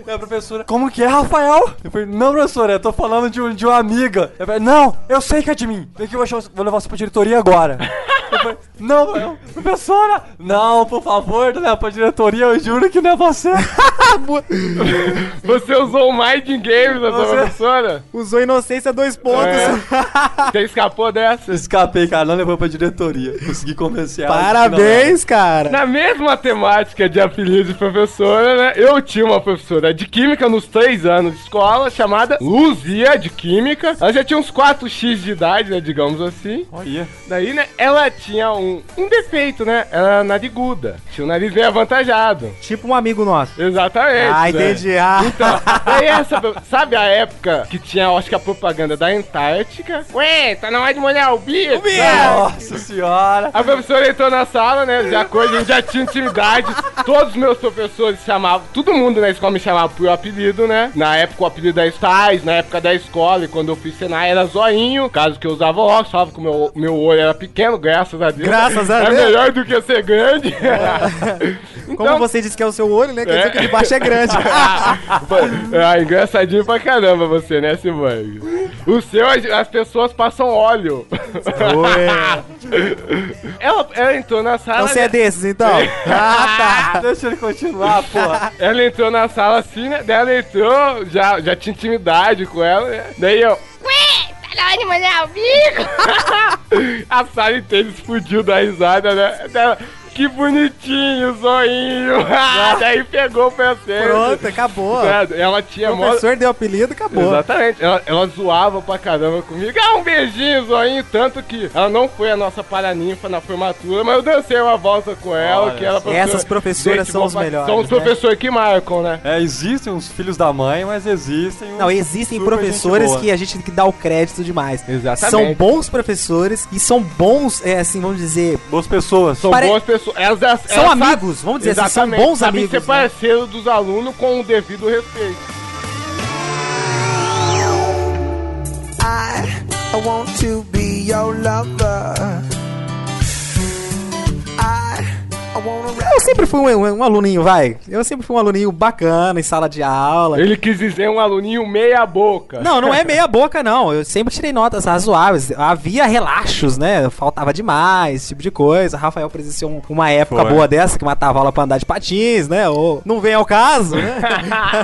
Speaker 3: E a professora, como que é, Rafael? Eu falei, não, professora, eu tô falando de, um- de uma amiga. Eu falei, não, eu sei que é de mim. Vem que eu vou, chamar- vou levar você pra diretoria agora. Eu falei, não, eu- professora, não, por favor, não leva pra diretoria, eu juro que não é você.
Speaker 2: Você usou o Mind Games da sua
Speaker 3: Você-
Speaker 2: professora?
Speaker 4: Usou inocência dois pontos.
Speaker 2: É. Você escapou dessa?
Speaker 3: Eu escapei, cara, não levou pra diretoria. Consegui convencer
Speaker 4: É.
Speaker 3: ela. de que não era.
Speaker 4: Parabéns, cara.
Speaker 2: Na mesma temática de apelido de professora, né? Eu tinha uma professora de química nos três anos de escola, chamada Luzia de Química. Ela já tinha uns 4x de idade, né? Digamos assim.
Speaker 3: Olha.
Speaker 2: Daí, né, ela tinha um, um defeito, né? Ela era nariguda. Tinha o nariz bem avantajado.
Speaker 4: Tipo um amigo nosso.
Speaker 2: Exatamente.
Speaker 4: Ah,
Speaker 2: né?
Speaker 4: entendi. Ah.
Speaker 2: Então, daí essa, sabe a época que tinha, eu acho que a propaganda da Antártica? Ué, tá na hora de molhar o bicho?
Speaker 3: Nossa senhora.
Speaker 2: A professora entrou na sala, né? Já coisa, a gente já tinha intimidade. Todos os meus professores chamavam, todo mundo na escola me chamava por apelido, né? Na época o apelido da Stais, na época da escola, e quando eu fiz Senai era zoinho. Caso que eu usava óculos, falava que o meu, meu olho era pequeno, graças a Deus.
Speaker 4: Graças a
Speaker 2: é
Speaker 4: Deus.
Speaker 2: melhor do que ser grande. Então,
Speaker 4: Como você disse que é o seu olho, né? Quer dizer
Speaker 2: É.
Speaker 4: que de baixo é grande.
Speaker 2: ah, engraçadinho pra caramba você, né, Simone? O seu, as, as pessoas passam óleo. ela, ela entrou na sala.
Speaker 4: Então você é
Speaker 2: né?
Speaker 4: desses, então. Ah, tá.
Speaker 3: Deixa ele continuar, porra.
Speaker 2: Ela entrou na sala assim, né? Daí ela entrou, já, já tinha intimidade com ela, né? Daí eu. Ué, tá na hora de molhar o bico? A sala inteira explodiu da risada, né? Daí ela, que bonitinho, zoinho. Daí pegou o pensamento.
Speaker 4: Pronto, acabou.
Speaker 2: Ela tinha
Speaker 4: O
Speaker 2: mó-
Speaker 4: professor deu apelido, acabou.
Speaker 2: Exatamente. Ela, ela zoava pra caramba comigo. Ah, um beijinho, zoinho. Tanto que ela não foi a nossa paraninfa na formatura, mas eu dancei uma volta com ela, que ela
Speaker 4: Essas professoras são
Speaker 2: boa
Speaker 4: os
Speaker 2: pra-
Speaker 4: melhores,
Speaker 2: São os
Speaker 4: né?
Speaker 2: professores que marcam, né?
Speaker 3: É, existem os filhos da mãe, mas existem os
Speaker 4: Não, existem
Speaker 3: super
Speaker 4: professores
Speaker 3: gente boa.
Speaker 4: que a gente tem que dar o crédito demais.
Speaker 2: Exatamente.
Speaker 4: São bons professores e são bons, é, assim, vamos dizer,
Speaker 3: Boas pessoas.
Speaker 2: São
Speaker 4: Pare-
Speaker 2: boas pessoas. Elas, elas-
Speaker 4: são
Speaker 2: elas
Speaker 4: amigos, vamos dizer assim, são
Speaker 2: Exatamente,
Speaker 4: bons
Speaker 2: sabem
Speaker 4: amigos.
Speaker 2: ser
Speaker 4: né?
Speaker 2: parceiro dos alunos com o devido respeito.
Speaker 9: I, I want to be your lover. I, I wanna rap.
Speaker 4: Eu sempre fui um, um aluninho, vai. Eu sempre fui um aluninho bacana em sala de aula.
Speaker 2: Ele quis dizer um aluninho meia boca.
Speaker 4: Não, não é meia boca, não. Eu sempre tirei notas razoáveis. Havia relaxos, né? Faltava demais, esse tipo de coisa. Rafael presenciou um- uma época
Speaker 3: Foi.
Speaker 4: boa dessa, que matava aula pra andar de patins, né? Ou não vem ao caso, né?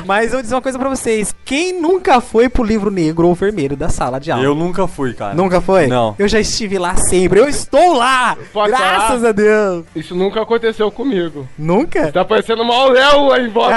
Speaker 4: Mas eu vou dizer uma coisa pra vocês. Quem nunca foi pro livro negro ou vermelho da sala de aula?
Speaker 3: Eu nunca fui, cara.
Speaker 4: Nunca foi?
Speaker 3: Não.
Speaker 4: Eu já estive lá sempre. Eu estou lá!
Speaker 2: Pode
Speaker 4: graças
Speaker 2: falar?
Speaker 4: a Deus.
Speaker 2: Isso nunca aconteceu comigo.
Speaker 4: Nunca?
Speaker 3: Então,
Speaker 4: Ah.
Speaker 2: Tá parecendo uma auréola em volta.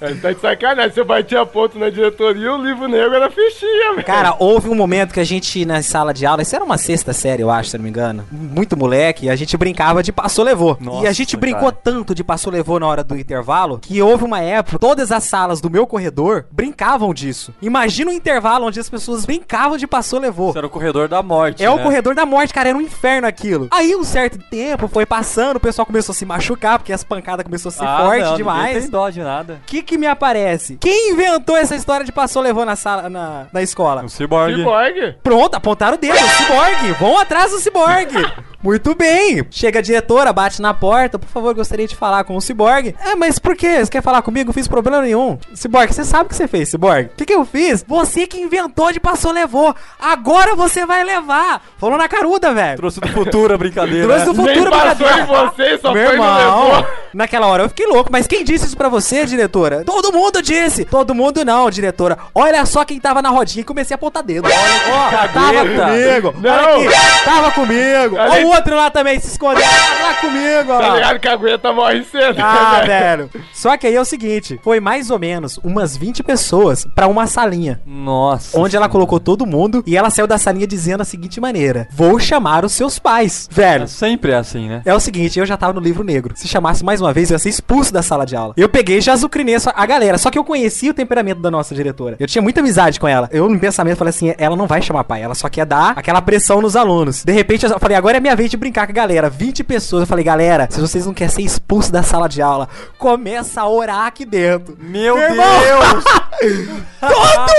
Speaker 2: Aí Tá de sacanagem, você batia ponto na diretoria, o livro negro era fichinha, velho.
Speaker 4: Cara, houve um momento que a gente, na sala de aula, isso era uma sexta série, eu acho, se não me engano. Muito moleque, a gente brincava de passou, levou.
Speaker 3: Nossa,
Speaker 4: e a gente
Speaker 3: cara.
Speaker 4: brincou tanto de passou, levou na hora do intervalo, que houve uma época, todas as salas do meu corredor brincavam disso. Imagina um intervalo onde as pessoas brincavam de passou, levou.
Speaker 3: Isso era o corredor da morte.
Speaker 4: É o
Speaker 3: né?
Speaker 4: corredor da morte, cara, era um inferno aquilo. Aí um certo tempo foi passando, o pessoal começou a se machucar, porque as pancadas começou a ser
Speaker 3: Ah,
Speaker 4: é forte
Speaker 3: não, ninguém
Speaker 4: demais.
Speaker 3: tem dó de nada.
Speaker 4: O que que me aparece? Quem inventou essa história de passou levou na sala, na, na escola?
Speaker 3: Um ciborgue.
Speaker 2: Cyborg.
Speaker 4: Pronto, apontaram o dedo, o ciborgue. Vão atrás do ciborgue. Muito bem. Chega a diretora, bate na porta. Por favor, gostaria de falar com o ciborgue. É, mas por quê? Você quer falar comigo? Não fiz problema nenhum. Ciborgue, você sabe o que você fez, ciborgue. O que, que eu fiz? Você que inventou de passou, levou. Agora você vai levar. Falou na caruda, velho.
Speaker 3: Trouxe do futuro a brincadeira.
Speaker 4: Trouxe
Speaker 3: né?
Speaker 4: do
Speaker 2: Nem
Speaker 4: futuro
Speaker 2: passou
Speaker 4: brincadeira.
Speaker 2: em você, só
Speaker 4: Meu
Speaker 2: foi no
Speaker 4: irmão,
Speaker 2: levou.
Speaker 4: naquela hora eu fiquei louco, mas quem disse isso pra você, diretora? Todo mundo disse! Todo mundo não, diretora. Olha só quem tava na rodinha e comecei a apontar dedo. Ó, tava
Speaker 3: cagada.
Speaker 4: comigo!
Speaker 2: Não.
Speaker 4: Olha aqui, tava comigo!
Speaker 2: Olha
Speaker 4: Ó
Speaker 2: aí.
Speaker 4: o outro lá também se escondendo! Lá comigo, ó!
Speaker 2: Tá ligado que a aguenta morre cedo.
Speaker 4: Ah,
Speaker 2: né,
Speaker 4: velho. Só que aí é o seguinte, foi mais ou menos umas 20 pessoas pra uma salinha.
Speaker 3: Nossa.
Speaker 4: Onde ela colocou todo mundo e ela saiu da salinha dizendo a seguinte maneira: Vou chamar os seus pais. Velho,
Speaker 3: É sempre é assim, né?
Speaker 4: é o seguinte, eu já tava no livro negro. Se chamasse mais uma vez, eu ia ser expulso da sala de aula. Eu peguei e já azucrinei essa- a galera. Só que eu conhecia o temperamento da nossa diretora. Eu tinha muita amizade com ela. Eu, no pensamento, falei assim: ela não vai chamar pai, ela só quer dar aquela pressão nos alunos. De repente, eu falei: agora é minha vez de brincar com a galera. 20 pessoas. Eu falei: galera, se vocês não querem ser expulso da sala de aula, começa a orar aqui dentro.
Speaker 3: Meu
Speaker 4: Meu
Speaker 3: Deus!
Speaker 4: Todo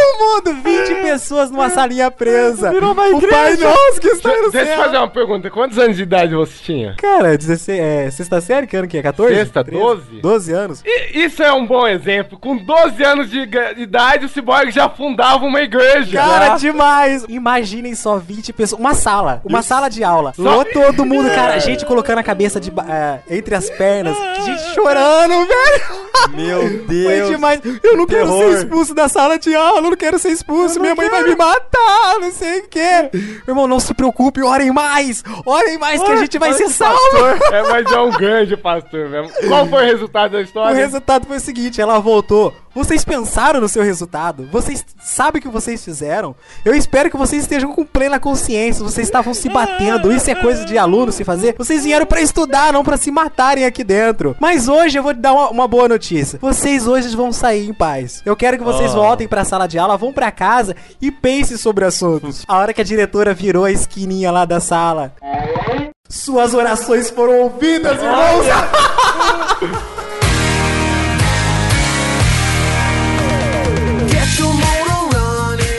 Speaker 4: mundo, 20 pessoas numa salinha presa.
Speaker 3: Virou uma
Speaker 4: O pai
Speaker 3: igreja.
Speaker 4: nosso que está no
Speaker 2: Deixa eu
Speaker 4: céu.
Speaker 2: fazer uma pergunta. Quantos anos de idade você tinha?
Speaker 4: Cara, 16, é, sexta série, que ano que é? 14?
Speaker 2: Sexta, 12?
Speaker 4: 12 anos.
Speaker 2: I- isso é um bom exemplo. Com 12 anos de ga- idade, o Cyborg já fundava uma igreja.
Speaker 4: Cara, demais! Imaginem só 20 pessoas. Uma sala. Uma sala de aula. Só... todo mundo, cara. Gente colocando a cabeça de, ba- é, entre as pernas. Gente chorando, velho.
Speaker 3: Meu
Speaker 4: Foi
Speaker 3: Deus!
Speaker 4: demais. Eu não quero
Speaker 3: Terror.
Speaker 4: ser expulso da sala de aula. Eu não quero ser expulso. Minha mãe vai me matar. Não sei o quê. Meu irmão, não se preocupe. Orem mais. Orem mais que a gente vai ser salvo.
Speaker 2: É, mas é um grande pastor mesmo. Qual foi o resultado da
Speaker 4: O
Speaker 2: história?
Speaker 4: resultado foi o seguinte, ela voltou. Vocês pensaram no seu resultado? Vocês sabem o que vocês fizeram? Eu espero que vocês estejam com plena consciência. Vocês estavam se batendo. Isso é coisa de aluno se fazer. Vocês vieram pra estudar, não pra se matarem aqui dentro. Mas hoje eu vou te dar uma, uma boa notícia. Vocês hoje vão sair em paz. Eu quero que vocês
Speaker 3: Oh.
Speaker 4: voltem pra sala de aula, vão pra casa e pensem sobre o assunto. A hora que a diretora virou a esquininha lá da sala. Suas orações foram ouvidas, irmãos!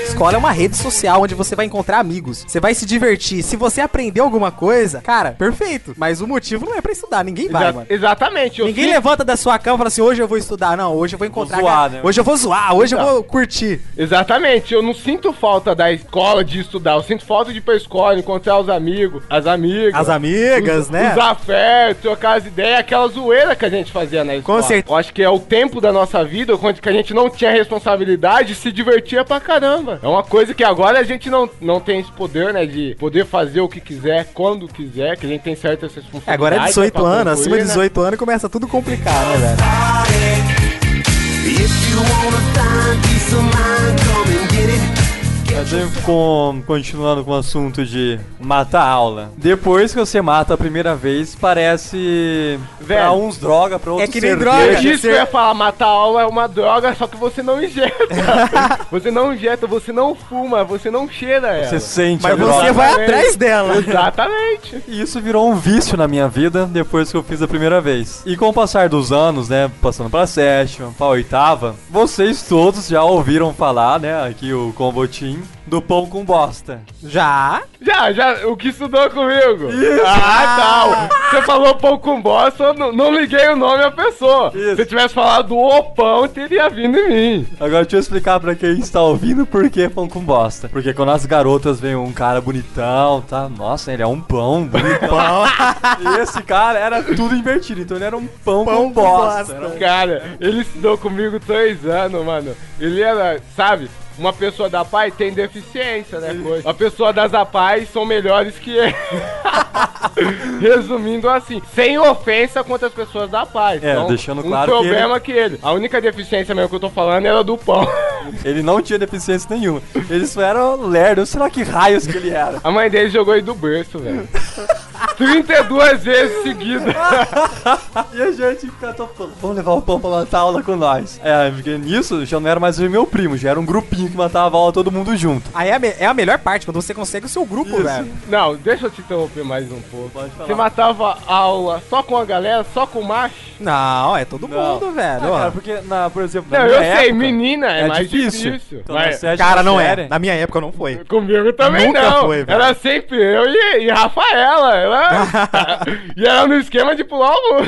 Speaker 4: Escola é uma rede social onde você vai encontrar amigos. Você vai se divertir. Se você aprender alguma coisa, cara, perfeito. Mas o motivo não é pra estudar. Ninguém vai,
Speaker 2: Exa-
Speaker 4: mano.
Speaker 2: Exatamente. Eu
Speaker 4: Ninguém
Speaker 2: sinto-
Speaker 4: levanta da sua cama e fala assim: hoje eu vou estudar. Não, hoje eu vou encontrar.
Speaker 3: zoar,
Speaker 4: cara.
Speaker 3: né?
Speaker 4: Hoje eu vou zoar, hoje eu vou curtir.
Speaker 2: Exatamente, eu não sinto falta da escola de estudar, eu sinto falta de ir pra escola, encontrar os amigos, as amigas.
Speaker 4: As amigas,
Speaker 2: Tá. os,
Speaker 4: né?
Speaker 2: Os afetos, trocar as ideias, aquela zoeira que a gente fazia na escola.
Speaker 4: certeza.
Speaker 2: Eu acho que é o tempo da nossa vida quando que a gente não tinha responsabilidade e se divertia pra caramba. É uma coisa que agora a gente não, não tem esse poder, né? De poder fazer o que quiser, quando quiser, que a gente tem certas responsabilidades.
Speaker 4: É, Agora é 18
Speaker 2: né, pra
Speaker 4: anos, acima
Speaker 2: concluir,
Speaker 4: de
Speaker 2: né?
Speaker 4: 18 anos começa tudo complicado, né, velho?
Speaker 3: Mas aí, com, continuando com o assunto de matar a aula. Depois que você mata a primeira vez, parece.
Speaker 2: Velho.
Speaker 3: pra uns droga, pra outros
Speaker 4: é que nem
Speaker 3: cerveja.
Speaker 4: droga.
Speaker 2: Ah, Isso que eu ia falar, matar aula é uma droga, só que você não injeta. você não injeta, você não fuma, você não cheira ela.
Speaker 3: Você sente a
Speaker 4: Mas você
Speaker 3: droga.
Speaker 4: vai atrás dela.
Speaker 2: Exatamente.
Speaker 3: E isso virou um vício na minha vida depois que eu fiz a primeira vez. E com o passar dos anos, né, passando pra sétima, pra oitava, vocês todos já ouviram falar, né, aqui o Combo Team, do pão com bosta.
Speaker 4: Já?
Speaker 2: Já, já, o que estudou comigo? Ah, tal. Você falou pão com bosta, eu não, não liguei o nome à pessoa.
Speaker 3: Isso.
Speaker 2: Se eu tivesse falado o pão, teria vindo em mim.
Speaker 3: Agora deixa eu explicar pra quem está ouvindo por que é pão com bosta. Porque quando as garotas veem um cara bonitão, tá? Nossa, ele é um pão, bonitão. e esse cara era tudo invertido, então ele era um pão, com bosta. Era um-
Speaker 2: Cara, ele estudou comigo três anos, mano. Ele era, sabe, Uma pessoa da PAI tem deficiência, né? Coisa. A pessoa das APAI são melhores que ele. Resumindo assim, sem ofensa contra as pessoas da PAI.
Speaker 3: É, deixando claro
Speaker 2: um
Speaker 3: que
Speaker 2: problema que ele... A única deficiência mesmo que eu tô falando era do pão.
Speaker 3: Ele não tinha deficiência nenhuma. Ele só era um lerdo, sei lá que raios que ele era.
Speaker 2: A mãe dele jogou ele do berço, velho. 32 vezes seguida.
Speaker 3: E a gente catou pão. Vamos levar o pão pra matar aula com nós. É, porque nisso já não era mais eu e meu primo, já era um grupinho que matava aula todo mundo junto.
Speaker 4: Aí é a, me- é a melhor parte, quando você consegue o seu grupo,
Speaker 3: Isso.
Speaker 4: velho.
Speaker 2: Não, deixa eu te interromper mais um pouco.
Speaker 3: Pode falar.
Speaker 2: Você matava a aula só com a galera, só com o macho?
Speaker 4: Não, é todo
Speaker 3: Não.
Speaker 4: mundo,
Speaker 3: Ah,
Speaker 4: velho.
Speaker 3: cara,
Speaker 4: ó.
Speaker 3: porque, na, por exemplo, na
Speaker 2: Não,
Speaker 3: minha
Speaker 2: eu sei,
Speaker 3: época,
Speaker 2: menina é,
Speaker 3: é
Speaker 2: mais
Speaker 3: difícil.
Speaker 2: difícil.
Speaker 3: Então, na
Speaker 2: mas
Speaker 3: sétima
Speaker 4: Cara, não
Speaker 3: série-
Speaker 4: é. Na minha época não foi.
Speaker 2: comigo também
Speaker 4: Nunca
Speaker 2: não.
Speaker 4: foi, velho.
Speaker 2: era sempre eu e, e Rafaela. Ela... e era no esquema de pular o muro.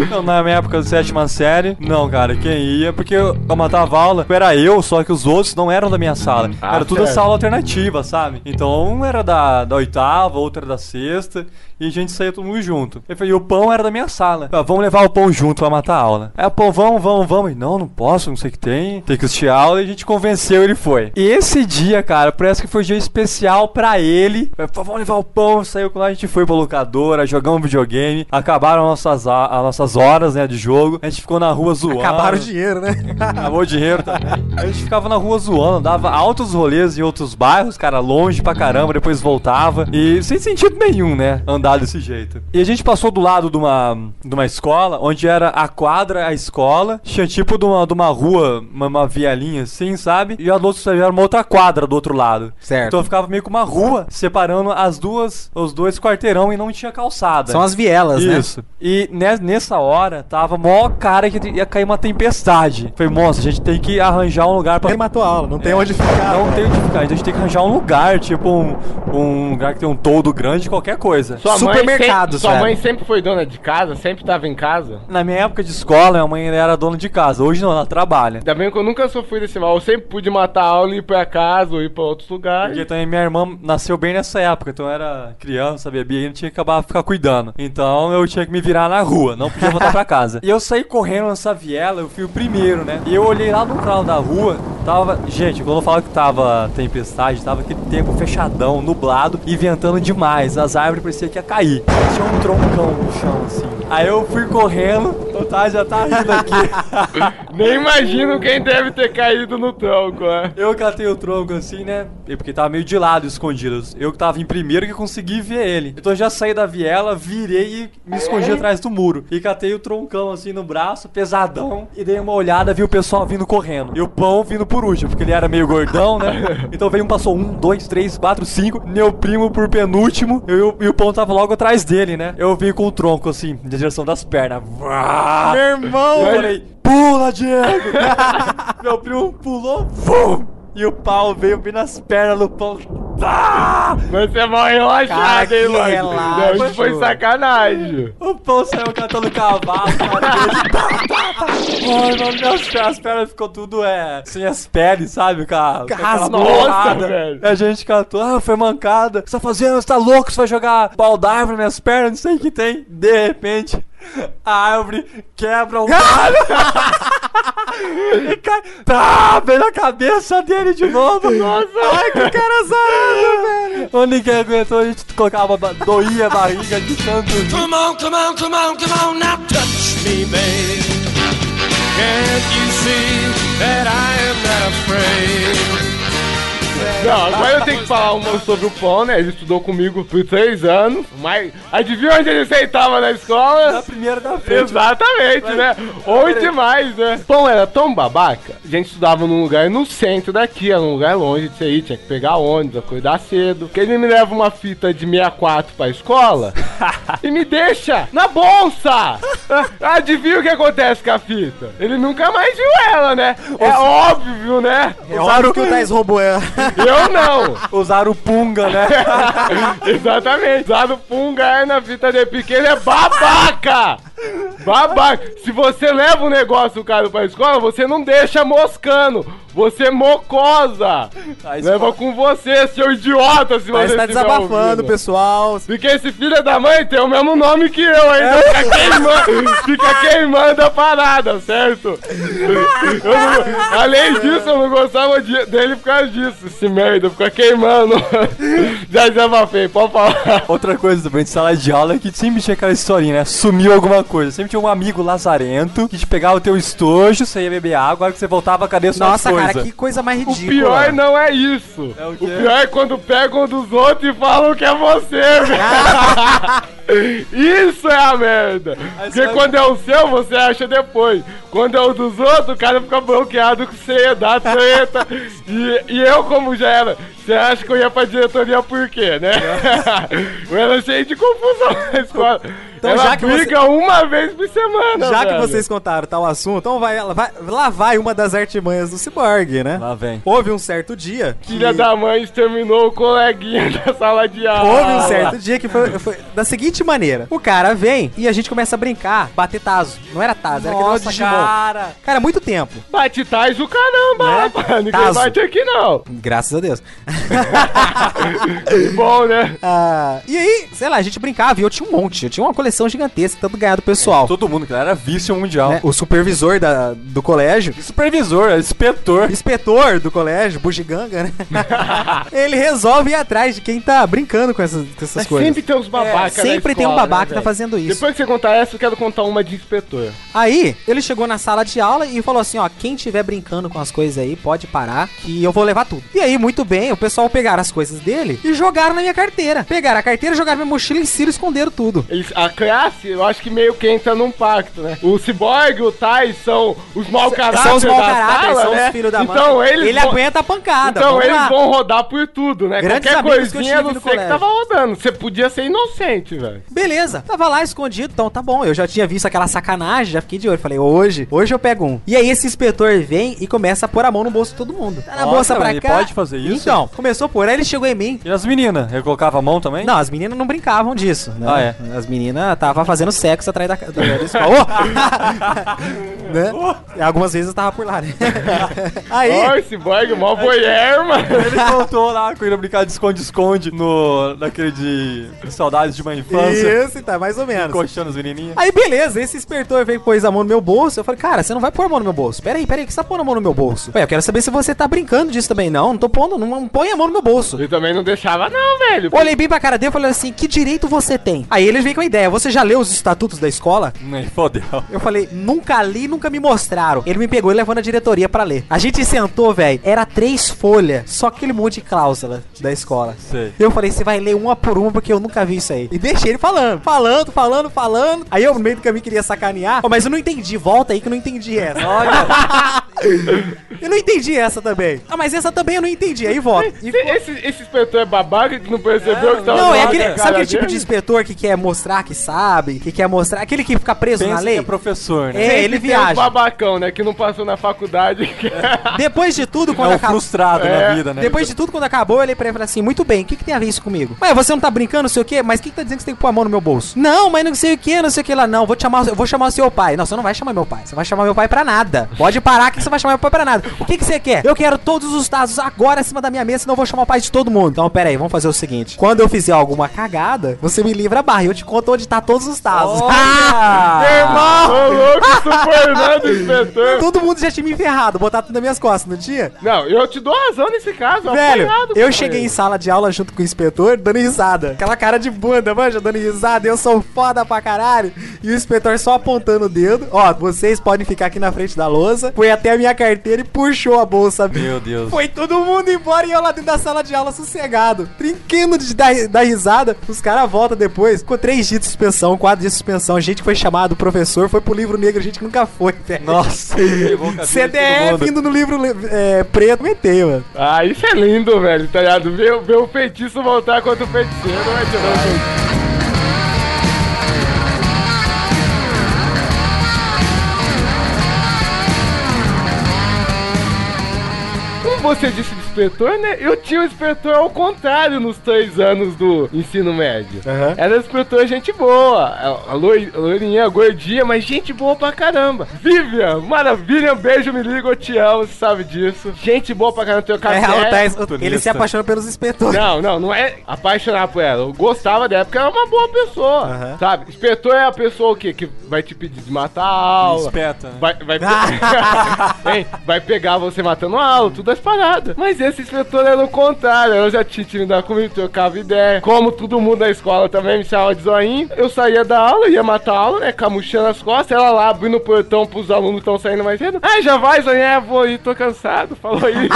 Speaker 3: Então, na minha época da sétima série, não, cara, quem ia, porque eu eu matava aula, era eu, só que os outros não eram da minha sala.
Speaker 2: Ah,
Speaker 3: era tudo
Speaker 2: certo.
Speaker 3: essa aula alternativa, sabe? Então, um era da, da oitava, outro era da sexta, e a gente saía todo mundo junto. Eu falei, e o pão era da minha sala. Ah, vamos levar o pão junto pra matar a aula. Aí o pão, vamos, vamos, vamos. E, não, não posso, não sei o que tem, tem que assistir a aula, e a gente convenceu, ele foi. E esse dia, cara, parece que foi um dia especial pra ele. Eu falei, vamos levar o pão, saiu com lá, a gente foi pra locadora, jogamos videogame, acabaram nossas, a- as nossas horas, né, de jogo. A gente ficou na rua zoando.
Speaker 4: Acabaram o dinheiro, né?
Speaker 3: Acabou o dinheiro também. A gente ficava na rua zoando, dava altos rolês em outros bairros, cara, longe pra caramba, depois voltava. E sem sentido nenhum, né? Andar desse jeito. E a gente passou do lado de uma, de uma escola, onde era a quadra, a escola. Tinha tipo de uma, de uma rua, uma, uma vielinha assim, sabe? E a do outro era uma outra quadra do outro lado.
Speaker 4: Certo.
Speaker 3: Então ficava meio que uma rua separando as duas, os dois quarteirão e não tinha calçada.
Speaker 4: São as vielas, né?
Speaker 3: Isso. E ne- nessa hora, tava mó cara que ia cair uma tempestade. Falei, moça, a gente tem que arranjar um lugar pra.
Speaker 4: Ele matou a aula, não tem onde ficar.
Speaker 3: Não tem onde ficar, a gente tem que arranjar um lugar, tipo um, um lugar que tem um toldo grande, qualquer coisa.
Speaker 2: Sua mãe sempre-
Speaker 4: Supermercados,
Speaker 2: Sua
Speaker 4: velho.
Speaker 2: mãe sempre foi dona de casa, sempre tava em casa.
Speaker 3: Na minha época de escola, minha mãe era dona de casa. Hoje não, ela trabalha.
Speaker 2: Ainda bem que eu nunca sofri desse mal. Eu sempre pude matar a aula e ir pra casa ou ir pra outros lugares.
Speaker 3: Porque também minha irmã nasceu bem nessa época, então eu era criança, bebia e não tinha que acabar ficar cuidando. Então eu tinha que me virar na rua, não podia voltar pra casa. E eu saí correndo nessa viela, eu fui o primeiro, né? E eu olhei lá no canal da rua, tava. Gente, quando eu falo que tava tempestade, tava aquele tempo fechadão, nublado e ventando demais. As árvores pareciam que ia cair. Tinha um troncão no chão, assim. Aí eu fui correndo, o Tati já tá rindo aqui.
Speaker 2: Nem imagino quem deve ter caído no tronco, né?
Speaker 3: Eu catei o tronco assim, né? E Porque tava meio de lado, escondido. Eu que tava em primeiro que consegui ver ele. Então eu já saí da viela, virei e me escondi
Speaker 4: É?
Speaker 3: atrás do muro. E catei o troncão assim no braço, pesadão. E dei uma olhada, vi o pessoal vindo correndo. E o pão vindo por último, porque ele era meio gordão, né? Então veio um, passou um, dois, três, quatro, cinco. Meu primo por penúltimo. Eu, e o- e o pão tava logo atrás dele, né? Eu vim com o tronco assim, na direção das pernas. Vá!
Speaker 4: Meu irmão,
Speaker 3: Eu falei, pula, Diego! Meu primo pulou, vum! E o pau veio bem nas pernas do pão. Tá!
Speaker 2: Mas você é mal relaxado,
Speaker 4: Cara,
Speaker 2: hein,
Speaker 4: que
Speaker 2: mano?
Speaker 4: relaxo.
Speaker 2: Não, isso foi sacanagem.
Speaker 3: O pão saiu catando cavalo, cara. Tá, tá, tá. Ai, mano, minhas pernas, as pernas ficou tudo é, sem as peles, sabe, cara? Com aquela
Speaker 4: Rasgou.
Speaker 3: porrada.
Speaker 2: Nossa, velho.
Speaker 3: A gente catou, ah, foi mancada. O que você tá fazendo? Você tá louco? Você vai jogar pau da árvore nas minhas pernas? Não sei o que tem. De repente, a árvore quebra o galho. e cai. Tá, bem na cabeça dele de novo. Nossa, ai, que cara zarado, velho. Quando ninguém aguentou, a gente colocava, ba- doía a barriga de tanto.
Speaker 7: Come on, come on, come on, come on, now touch me, babe. Can't you see that I am not afraid?
Speaker 2: Não, agora eu tenho que falar um sobre o pão, né? Ele estudou comigo por três anos. Mas adivinha onde ele sentava na
Speaker 3: Na
Speaker 2: escola?
Speaker 3: primeira da frente.
Speaker 2: Exatamente, né? Ou demais, né? Pão era tão babaca. A gente estudava num lugar no centro daqui, era um lugar longe de aí, tinha que pegar ônibus, acordar cedo. Que ele me leva uma fita de 64 pra escola e me deixa na bolsa. Adivinha o que acontece com a fita? Ele nunca mais viu ela, né? É óbvio, né?
Speaker 4: Claro que o Thais roubou ela.
Speaker 2: Eu Eu não.
Speaker 3: Usaram o punga, né?
Speaker 2: Exatamente. Usado pungar é na fita de pequeno é babaca! Babaca! Se você leva o negócio do cara pra escola, você não deixa moscando. Você é mocosa!
Speaker 3: A escola-
Speaker 2: Leva com você, seu idiota, se
Speaker 4: Mas
Speaker 2: você
Speaker 4: tá
Speaker 2: estiver
Speaker 4: desabafando,
Speaker 2: ouvindo.
Speaker 4: pessoal.
Speaker 2: Porque esse filho da mãe tem o mesmo nome que eu, ainda fica queimando, fica queimando a parada, certo? Eu não- além disso, eu não gostava de- dele por causa disso, esse merda, fica queimando. Já desabafei, pode falar.
Speaker 3: Outra coisa também de sala de aula é que sempre tinha aquela historinha, né? Sumiu alguma coisa. Sempre tinha um amigo lazarento que te pegava o teu estojo, você ia beber água, a hora que você voltava, cadê suas
Speaker 4: Nossa,
Speaker 3: coisas?
Speaker 4: cara, que coisa mais
Speaker 2: O
Speaker 4: ridícula.
Speaker 2: pior não é isso.
Speaker 3: É o
Speaker 2: o,
Speaker 3: quê?
Speaker 2: pior é quando pegam um dos outros e falam que é você, velho. Isso é a merda. Porque
Speaker 3: sabe-
Speaker 2: quando é o seu, você acha depois. Quando é o dos outros, o cara fica bloqueado com você, dá treta. e, e eu, como já era, você acha que eu ia pra diretoria por quê, né? eu era cheio de confusão na escola.
Speaker 4: Então,
Speaker 2: Ela
Speaker 4: já que você-
Speaker 2: briga uma vez por semana,
Speaker 4: Já que
Speaker 2: velho.
Speaker 4: vocês contaram tal assunto, então vai, vai- lá vai uma das artimanhas do Cyborg, né?
Speaker 3: Lá vem.
Speaker 4: Houve um certo dia que...
Speaker 2: Filha da mãe exterminou o coleguinha da sala de aula.
Speaker 4: Houve um certo dia que foi, foi da seguinte maneira. O cara vem e a gente começa a brincar, bater taso. Não era taso, era aquele
Speaker 3: Nossa,
Speaker 4: negócio de Digimon.
Speaker 3: cara.
Speaker 4: Cara, muito tempo.
Speaker 2: Bate tais o caramba,
Speaker 4: Né?
Speaker 2: rapaz. Ninguém
Speaker 4: Tazo.
Speaker 2: bate aqui, não.
Speaker 4: Graças a Deus.
Speaker 2: Bom, né?
Speaker 4: Ah, e aí, sei lá, a gente brincava e eu tinha um monte. Eu tinha uma coleção gigantesca, tanto ganhar do pessoal.
Speaker 3: Todo mundo, cara, era vício mundial.
Speaker 4: né? O supervisor da- do colégio
Speaker 3: Supervisor, era inspetor.
Speaker 4: inspetor do colégio, bugiganga, né? ele resolve ir atrás de quem tá brincando com essas, com essas
Speaker 2: Mas
Speaker 4: coisas.
Speaker 2: sempre tem uns babacas.
Speaker 4: sempre tem um babaca que tá fazendo isso.
Speaker 2: né, Depois que você contar essa, eu quero contar uma de inspetor.
Speaker 4: Aí, ele chegou na sala de aula e falou assim, ó, quem tiver brincando com as coisas aí, pode parar, que eu vou levar tudo. E aí, muito bem, o pessoal pegaram as coisas dele e jogaram na minha carteira. Pegaram a carteira, jogaram minha mochila em cima e esconderam tudo.
Speaker 2: Eles, a classe, eu acho que meio que entra num pacto, né? O Cyborg, o Thais são os mau caráter
Speaker 4: são os mau
Speaker 2: da
Speaker 4: caráter,
Speaker 2: sala,
Speaker 4: são
Speaker 2: né?
Speaker 4: os filhos da mãe.
Speaker 2: Então eles
Speaker 4: ele
Speaker 2: vão-
Speaker 4: aguenta a pancada.
Speaker 2: Então
Speaker 4: vamos
Speaker 2: eles
Speaker 4: lá.
Speaker 2: vão rodar por tudo, né?
Speaker 4: Grandes
Speaker 2: Qualquer
Speaker 4: amigos que eu
Speaker 2: coisinha,
Speaker 4: tive
Speaker 2: não
Speaker 4: no
Speaker 2: sei que
Speaker 4: colégio.
Speaker 2: tava rodando. Você podia ser inocente, velho.
Speaker 4: Beleza, tava lá escondido, então tá bom. Eu já tinha visto aquela sacanagem, já fiquei de olho. Falei, hoje, hoje eu pego um. E aí esse inspetor vem e começa a pôr a mão no bolso de todo mundo. Tá na
Speaker 3: Nossa,
Speaker 4: bolsa pra
Speaker 3: ele
Speaker 4: cá.
Speaker 3: pode fazer isso?
Speaker 4: Então, começou a pôr. Aí ele chegou em mim.
Speaker 3: E as meninas, ele colocava a mão também?
Speaker 4: Não, as meninas não brincavam disso. Né?
Speaker 3: Ah, é?
Speaker 4: As meninas estavam fazendo sexo atrás da, ca- da, da escola. Ô! né? E algumas vezes eu tava por lá, né? aí.
Speaker 2: Ó, esse Cyborg, mó voyeur, mano.
Speaker 3: Ele soltou lá, querendo brincar de esconde-esconde no... naquele de... de saudades de uma infância.
Speaker 4: Isso, tá, mais ou menos.
Speaker 3: Coxando as menininhas.
Speaker 4: Aí beleza, esse espertor veio e pôs a mão no meu bolso. Eu falei, cara, você não vai pôr a mão no meu bolso. Pera aí, pera aí, que você tá pondo a mão no meu bolso? Ué, eu quero saber se você tá brincando disso também. Não, não tô pondo, não, não põe a mão no meu bolso.
Speaker 2: Ele também não deixava, não, velho.
Speaker 4: Olhei bem pra cara dele e falei assim, que direito você tem? Aí ele veio com a ideia, você já leu os estatutos da escola?
Speaker 3: Nem fodeu.
Speaker 4: Eu falei, nunca li, nunca me mostraram. Ele me pegou e levou na diretoria pra ler. A gente sentou, velho, era três folhas, só aquele monte de cláusula da escola.
Speaker 3: Sei.
Speaker 4: Eu falei, você vai ler uma por uma porque eu nunca vi isso aí. E deixei ele falando, falando, falando, falando. Aí eu no meio do caminho queria sacanear, "Ó, mas eu não entendi, volta aí que eu não entendi essa. Olha. eu não entendi essa também. Ah, mas essa também eu não entendi, aí volta. E
Speaker 2: Esse, esse, esse inspetor é babaca que não percebeu que tava né?
Speaker 4: não,
Speaker 2: do
Speaker 4: é
Speaker 2: lado
Speaker 4: aquele,
Speaker 2: da
Speaker 4: sabe
Speaker 2: cara
Speaker 4: aquele tipo
Speaker 2: dele?
Speaker 4: de inspetor que quer mostrar que sabe, que quer mostrar, aquele que fica preso na
Speaker 3: Pensa que
Speaker 4: lei?
Speaker 3: é professor, né?
Speaker 4: É,
Speaker 2: Sempre
Speaker 4: ele
Speaker 2: tem
Speaker 4: viaja.
Speaker 2: Um babacão, né? Que não passou na faculdade. que-
Speaker 4: Depois de tudo,
Speaker 3: É
Speaker 4: quando
Speaker 3: um
Speaker 4: acaba-
Speaker 3: frustrado na
Speaker 2: É.
Speaker 3: vida, né?
Speaker 4: Depois de tudo, quando acabou, eu olhei pra ele e falei assim: Muito bem, o que, que tem a ver isso comigo? Ué, você não tá brincando, não sei o quê, mas o que, que tá dizendo que você tem que pôr a mão no meu bolso? Não, mas não sei o quê, não sei o que lá, não. Vou te chamar, eu vou chamar o seu pai. Não, você não vai chamar meu pai. Você vai chamar meu pai pra nada. Pode parar que você vai chamar meu pai pra nada. O que, que você quer? Eu quero todos os dados agora acima da minha mesa, senão eu vou chamar o pai de todo mundo. Então, pera aí, vamos fazer o seguinte: quando eu fizer alguma cagada, você me livra a barra e eu te conto onde tá todos os dados.
Speaker 2: Ô, louco, isso Fernando, inspetor.
Speaker 4: Todo mundo já tinha me ferrado, botar tudo nas minhas costas, não tinha?
Speaker 2: Não, eu te dou razão nesse caso.
Speaker 4: Velho,
Speaker 2: apanhado,
Speaker 4: eu
Speaker 2: Tá companheiro.
Speaker 4: cheguei em sala de aula junto com o inspetor dando risada. Aquela cara de bunda, manja, dando risada. Eu sou foda pra caralho. E o inspetor só apontando o dedo. Ó, vocês podem ficar aqui na frente da lousa. Foi até a minha carteira e puxou a bolsa.
Speaker 3: Meu Deus.
Speaker 4: Foi todo mundo embora e eu lá dentro da sala de aula sossegado. Trinquendo de dar, dar risada. Os caras voltam depois. Ficou três dias de suspensão, quatro dias de suspensão. Gente que foi chamado, professor, foi pro livro negro, gente que nunca foi, velho.
Speaker 3: Nossa,
Speaker 4: CDF indo no livro é, preto, meteu, mano.
Speaker 2: Ah, isso é lindo, velho, tá ligado? Ver, ver o feitiço voltar contra o feiticeiro é vai tirar o feitiço. Um você disse de inspetor, né? Eu tinha o inspetor ao contrário nos três anos do ensino médio.
Speaker 10: Aham.
Speaker 2: Era o inspetor gente boa. A- A loi- a loirinha, a gordinha, mas gente boa pra caramba. Vivian, maravilha, um beijo, me liga, eu te amo, você sabe disso. Gente boa pra caramba, teu
Speaker 4: É,
Speaker 2: café.
Speaker 4: o Tais- ele
Speaker 3: Tunista.
Speaker 4: se apaixonou pelos inspetores.
Speaker 2: Não, não, não é apaixonar por ela. Eu gostava dela porque ela é uma boa pessoa,
Speaker 4: Aham.
Speaker 2: sabe? Inspetor é a pessoa o quê? Que vai te pedir de matar a aula.
Speaker 4: tá,
Speaker 3: Espeta, né?
Speaker 2: Vai, vai, pe- Hein? vai pegar você matando a aula, tudo as paradas. Mas esse inspetor era o contrário. Eu já tinha time da comida, trocava ideia. Como todo mundo na escola também me chamava de zoinho. Eu saía da aula, ia matar a aula, né? Camuchando as costas. Ela lá abrindo o portão pros alunos que estão saindo mais cedo. Ah, já vai, zoinho. É, vou ir, tô cansado. Falou aí.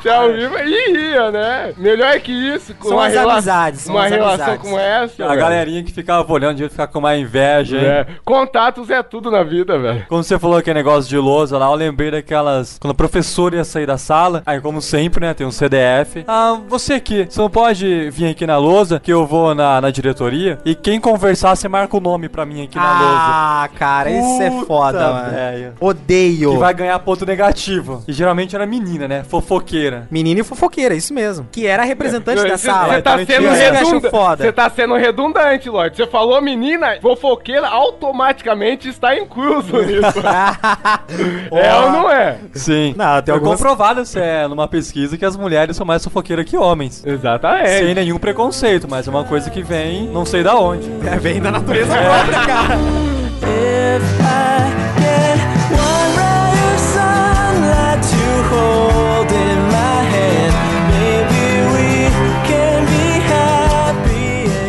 Speaker 2: Tchau, viva. E ia, né? Melhor que isso. Com
Speaker 4: São
Speaker 2: uma
Speaker 4: as
Speaker 2: rela-
Speaker 4: amizades, são
Speaker 2: Uma
Speaker 4: as
Speaker 2: relação
Speaker 4: amizades. Ah,
Speaker 2: como essa.
Speaker 3: A
Speaker 2: velho.
Speaker 3: galerinha que ficava olhando devia ficar com uma inveja, hein?
Speaker 2: É. Contatos é tudo na vida, velho.
Speaker 3: Quando você falou aquele negócio de lousa lá, eu lembrei daquelas. Quando a professora ia sair da sala, aí, como sempre, né, tem um CDF. Ah, você aqui, você não pode vir aqui na lousa, que eu vou na, na diretoria. E quem conversar, você marca o nome pra mim aqui na lousa.
Speaker 4: Ah, cara, isso é
Speaker 3: Puta
Speaker 4: foda, mano.
Speaker 3: velho.
Speaker 4: Odeio.
Speaker 3: Que vai ganhar ponto negativo. E geralmente era menina, né? Fofoqueira.
Speaker 4: Menina e fofoqueira, é isso mesmo. Que era a representante da
Speaker 2: Você
Speaker 4: sala.
Speaker 2: você tá
Speaker 3: Exatamente
Speaker 2: sendo
Speaker 3: isso.
Speaker 4: Isso que eu acho
Speaker 2: redundante.
Speaker 4: foda.
Speaker 2: Você tá sendo redundante, Lorde. Você falou menina, fofoqueira automaticamente está incluso nisso. é ou não é?
Speaker 3: Sim.
Speaker 4: Não, tem
Speaker 3: Foi
Speaker 4: algumas-
Speaker 3: comprovado isso é, numa pesquisa que as mulheres são mais fofoqueiras que homens.
Speaker 4: É.
Speaker 2: Exatamente.
Speaker 3: Sem nenhum preconceito, mas é uma coisa que vem não sei da onde.
Speaker 4: É, vem da natureza própria, cara.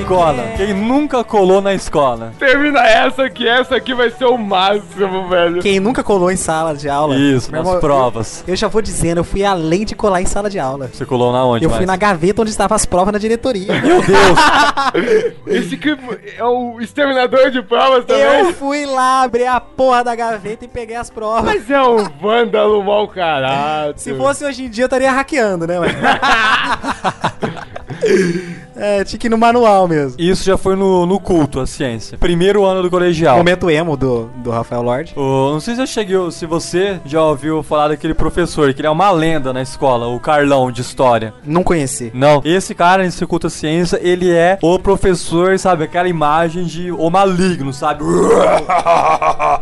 Speaker 3: Cola. Quem nunca colou na escola?
Speaker 2: Termina essa que essa aqui vai ser o máximo, velho.
Speaker 4: Quem nunca colou em sala de aula?
Speaker 3: Isso,
Speaker 4: Meu
Speaker 3: nas
Speaker 4: irmão,
Speaker 3: provas.
Speaker 4: Eu já vou dizendo, eu fui além de colar em sala de aula.
Speaker 3: Você colou na onde?
Speaker 4: Eu fui
Speaker 3: mais?
Speaker 4: na gaveta onde estavam as provas na diretoria.
Speaker 3: Meu Deus!
Speaker 2: Esse que é o exterminador de provas também.
Speaker 4: Eu fui lá abrir a porra da gaveta e peguei as provas.
Speaker 2: Mas é um vândalo mau caralho.
Speaker 4: Se fosse hoje em dia, eu estaria hackeando, né, mano? é, tinha que ir no manual mesmo.
Speaker 3: Isso já foi no, no culto, a ciência. Primeiro ano do colegial.
Speaker 4: Momento emo do, do Rafael Lorde.
Speaker 3: O- não sei se eu cheguei, se você já ouviu falar daquele professor, que ele é uma lenda na escola, o Carlão de História.
Speaker 4: Não conheci.
Speaker 3: Não, esse cara nesse culto à ciência, ele é o professor, sabe? Aquela imagem de o maligno, sabe?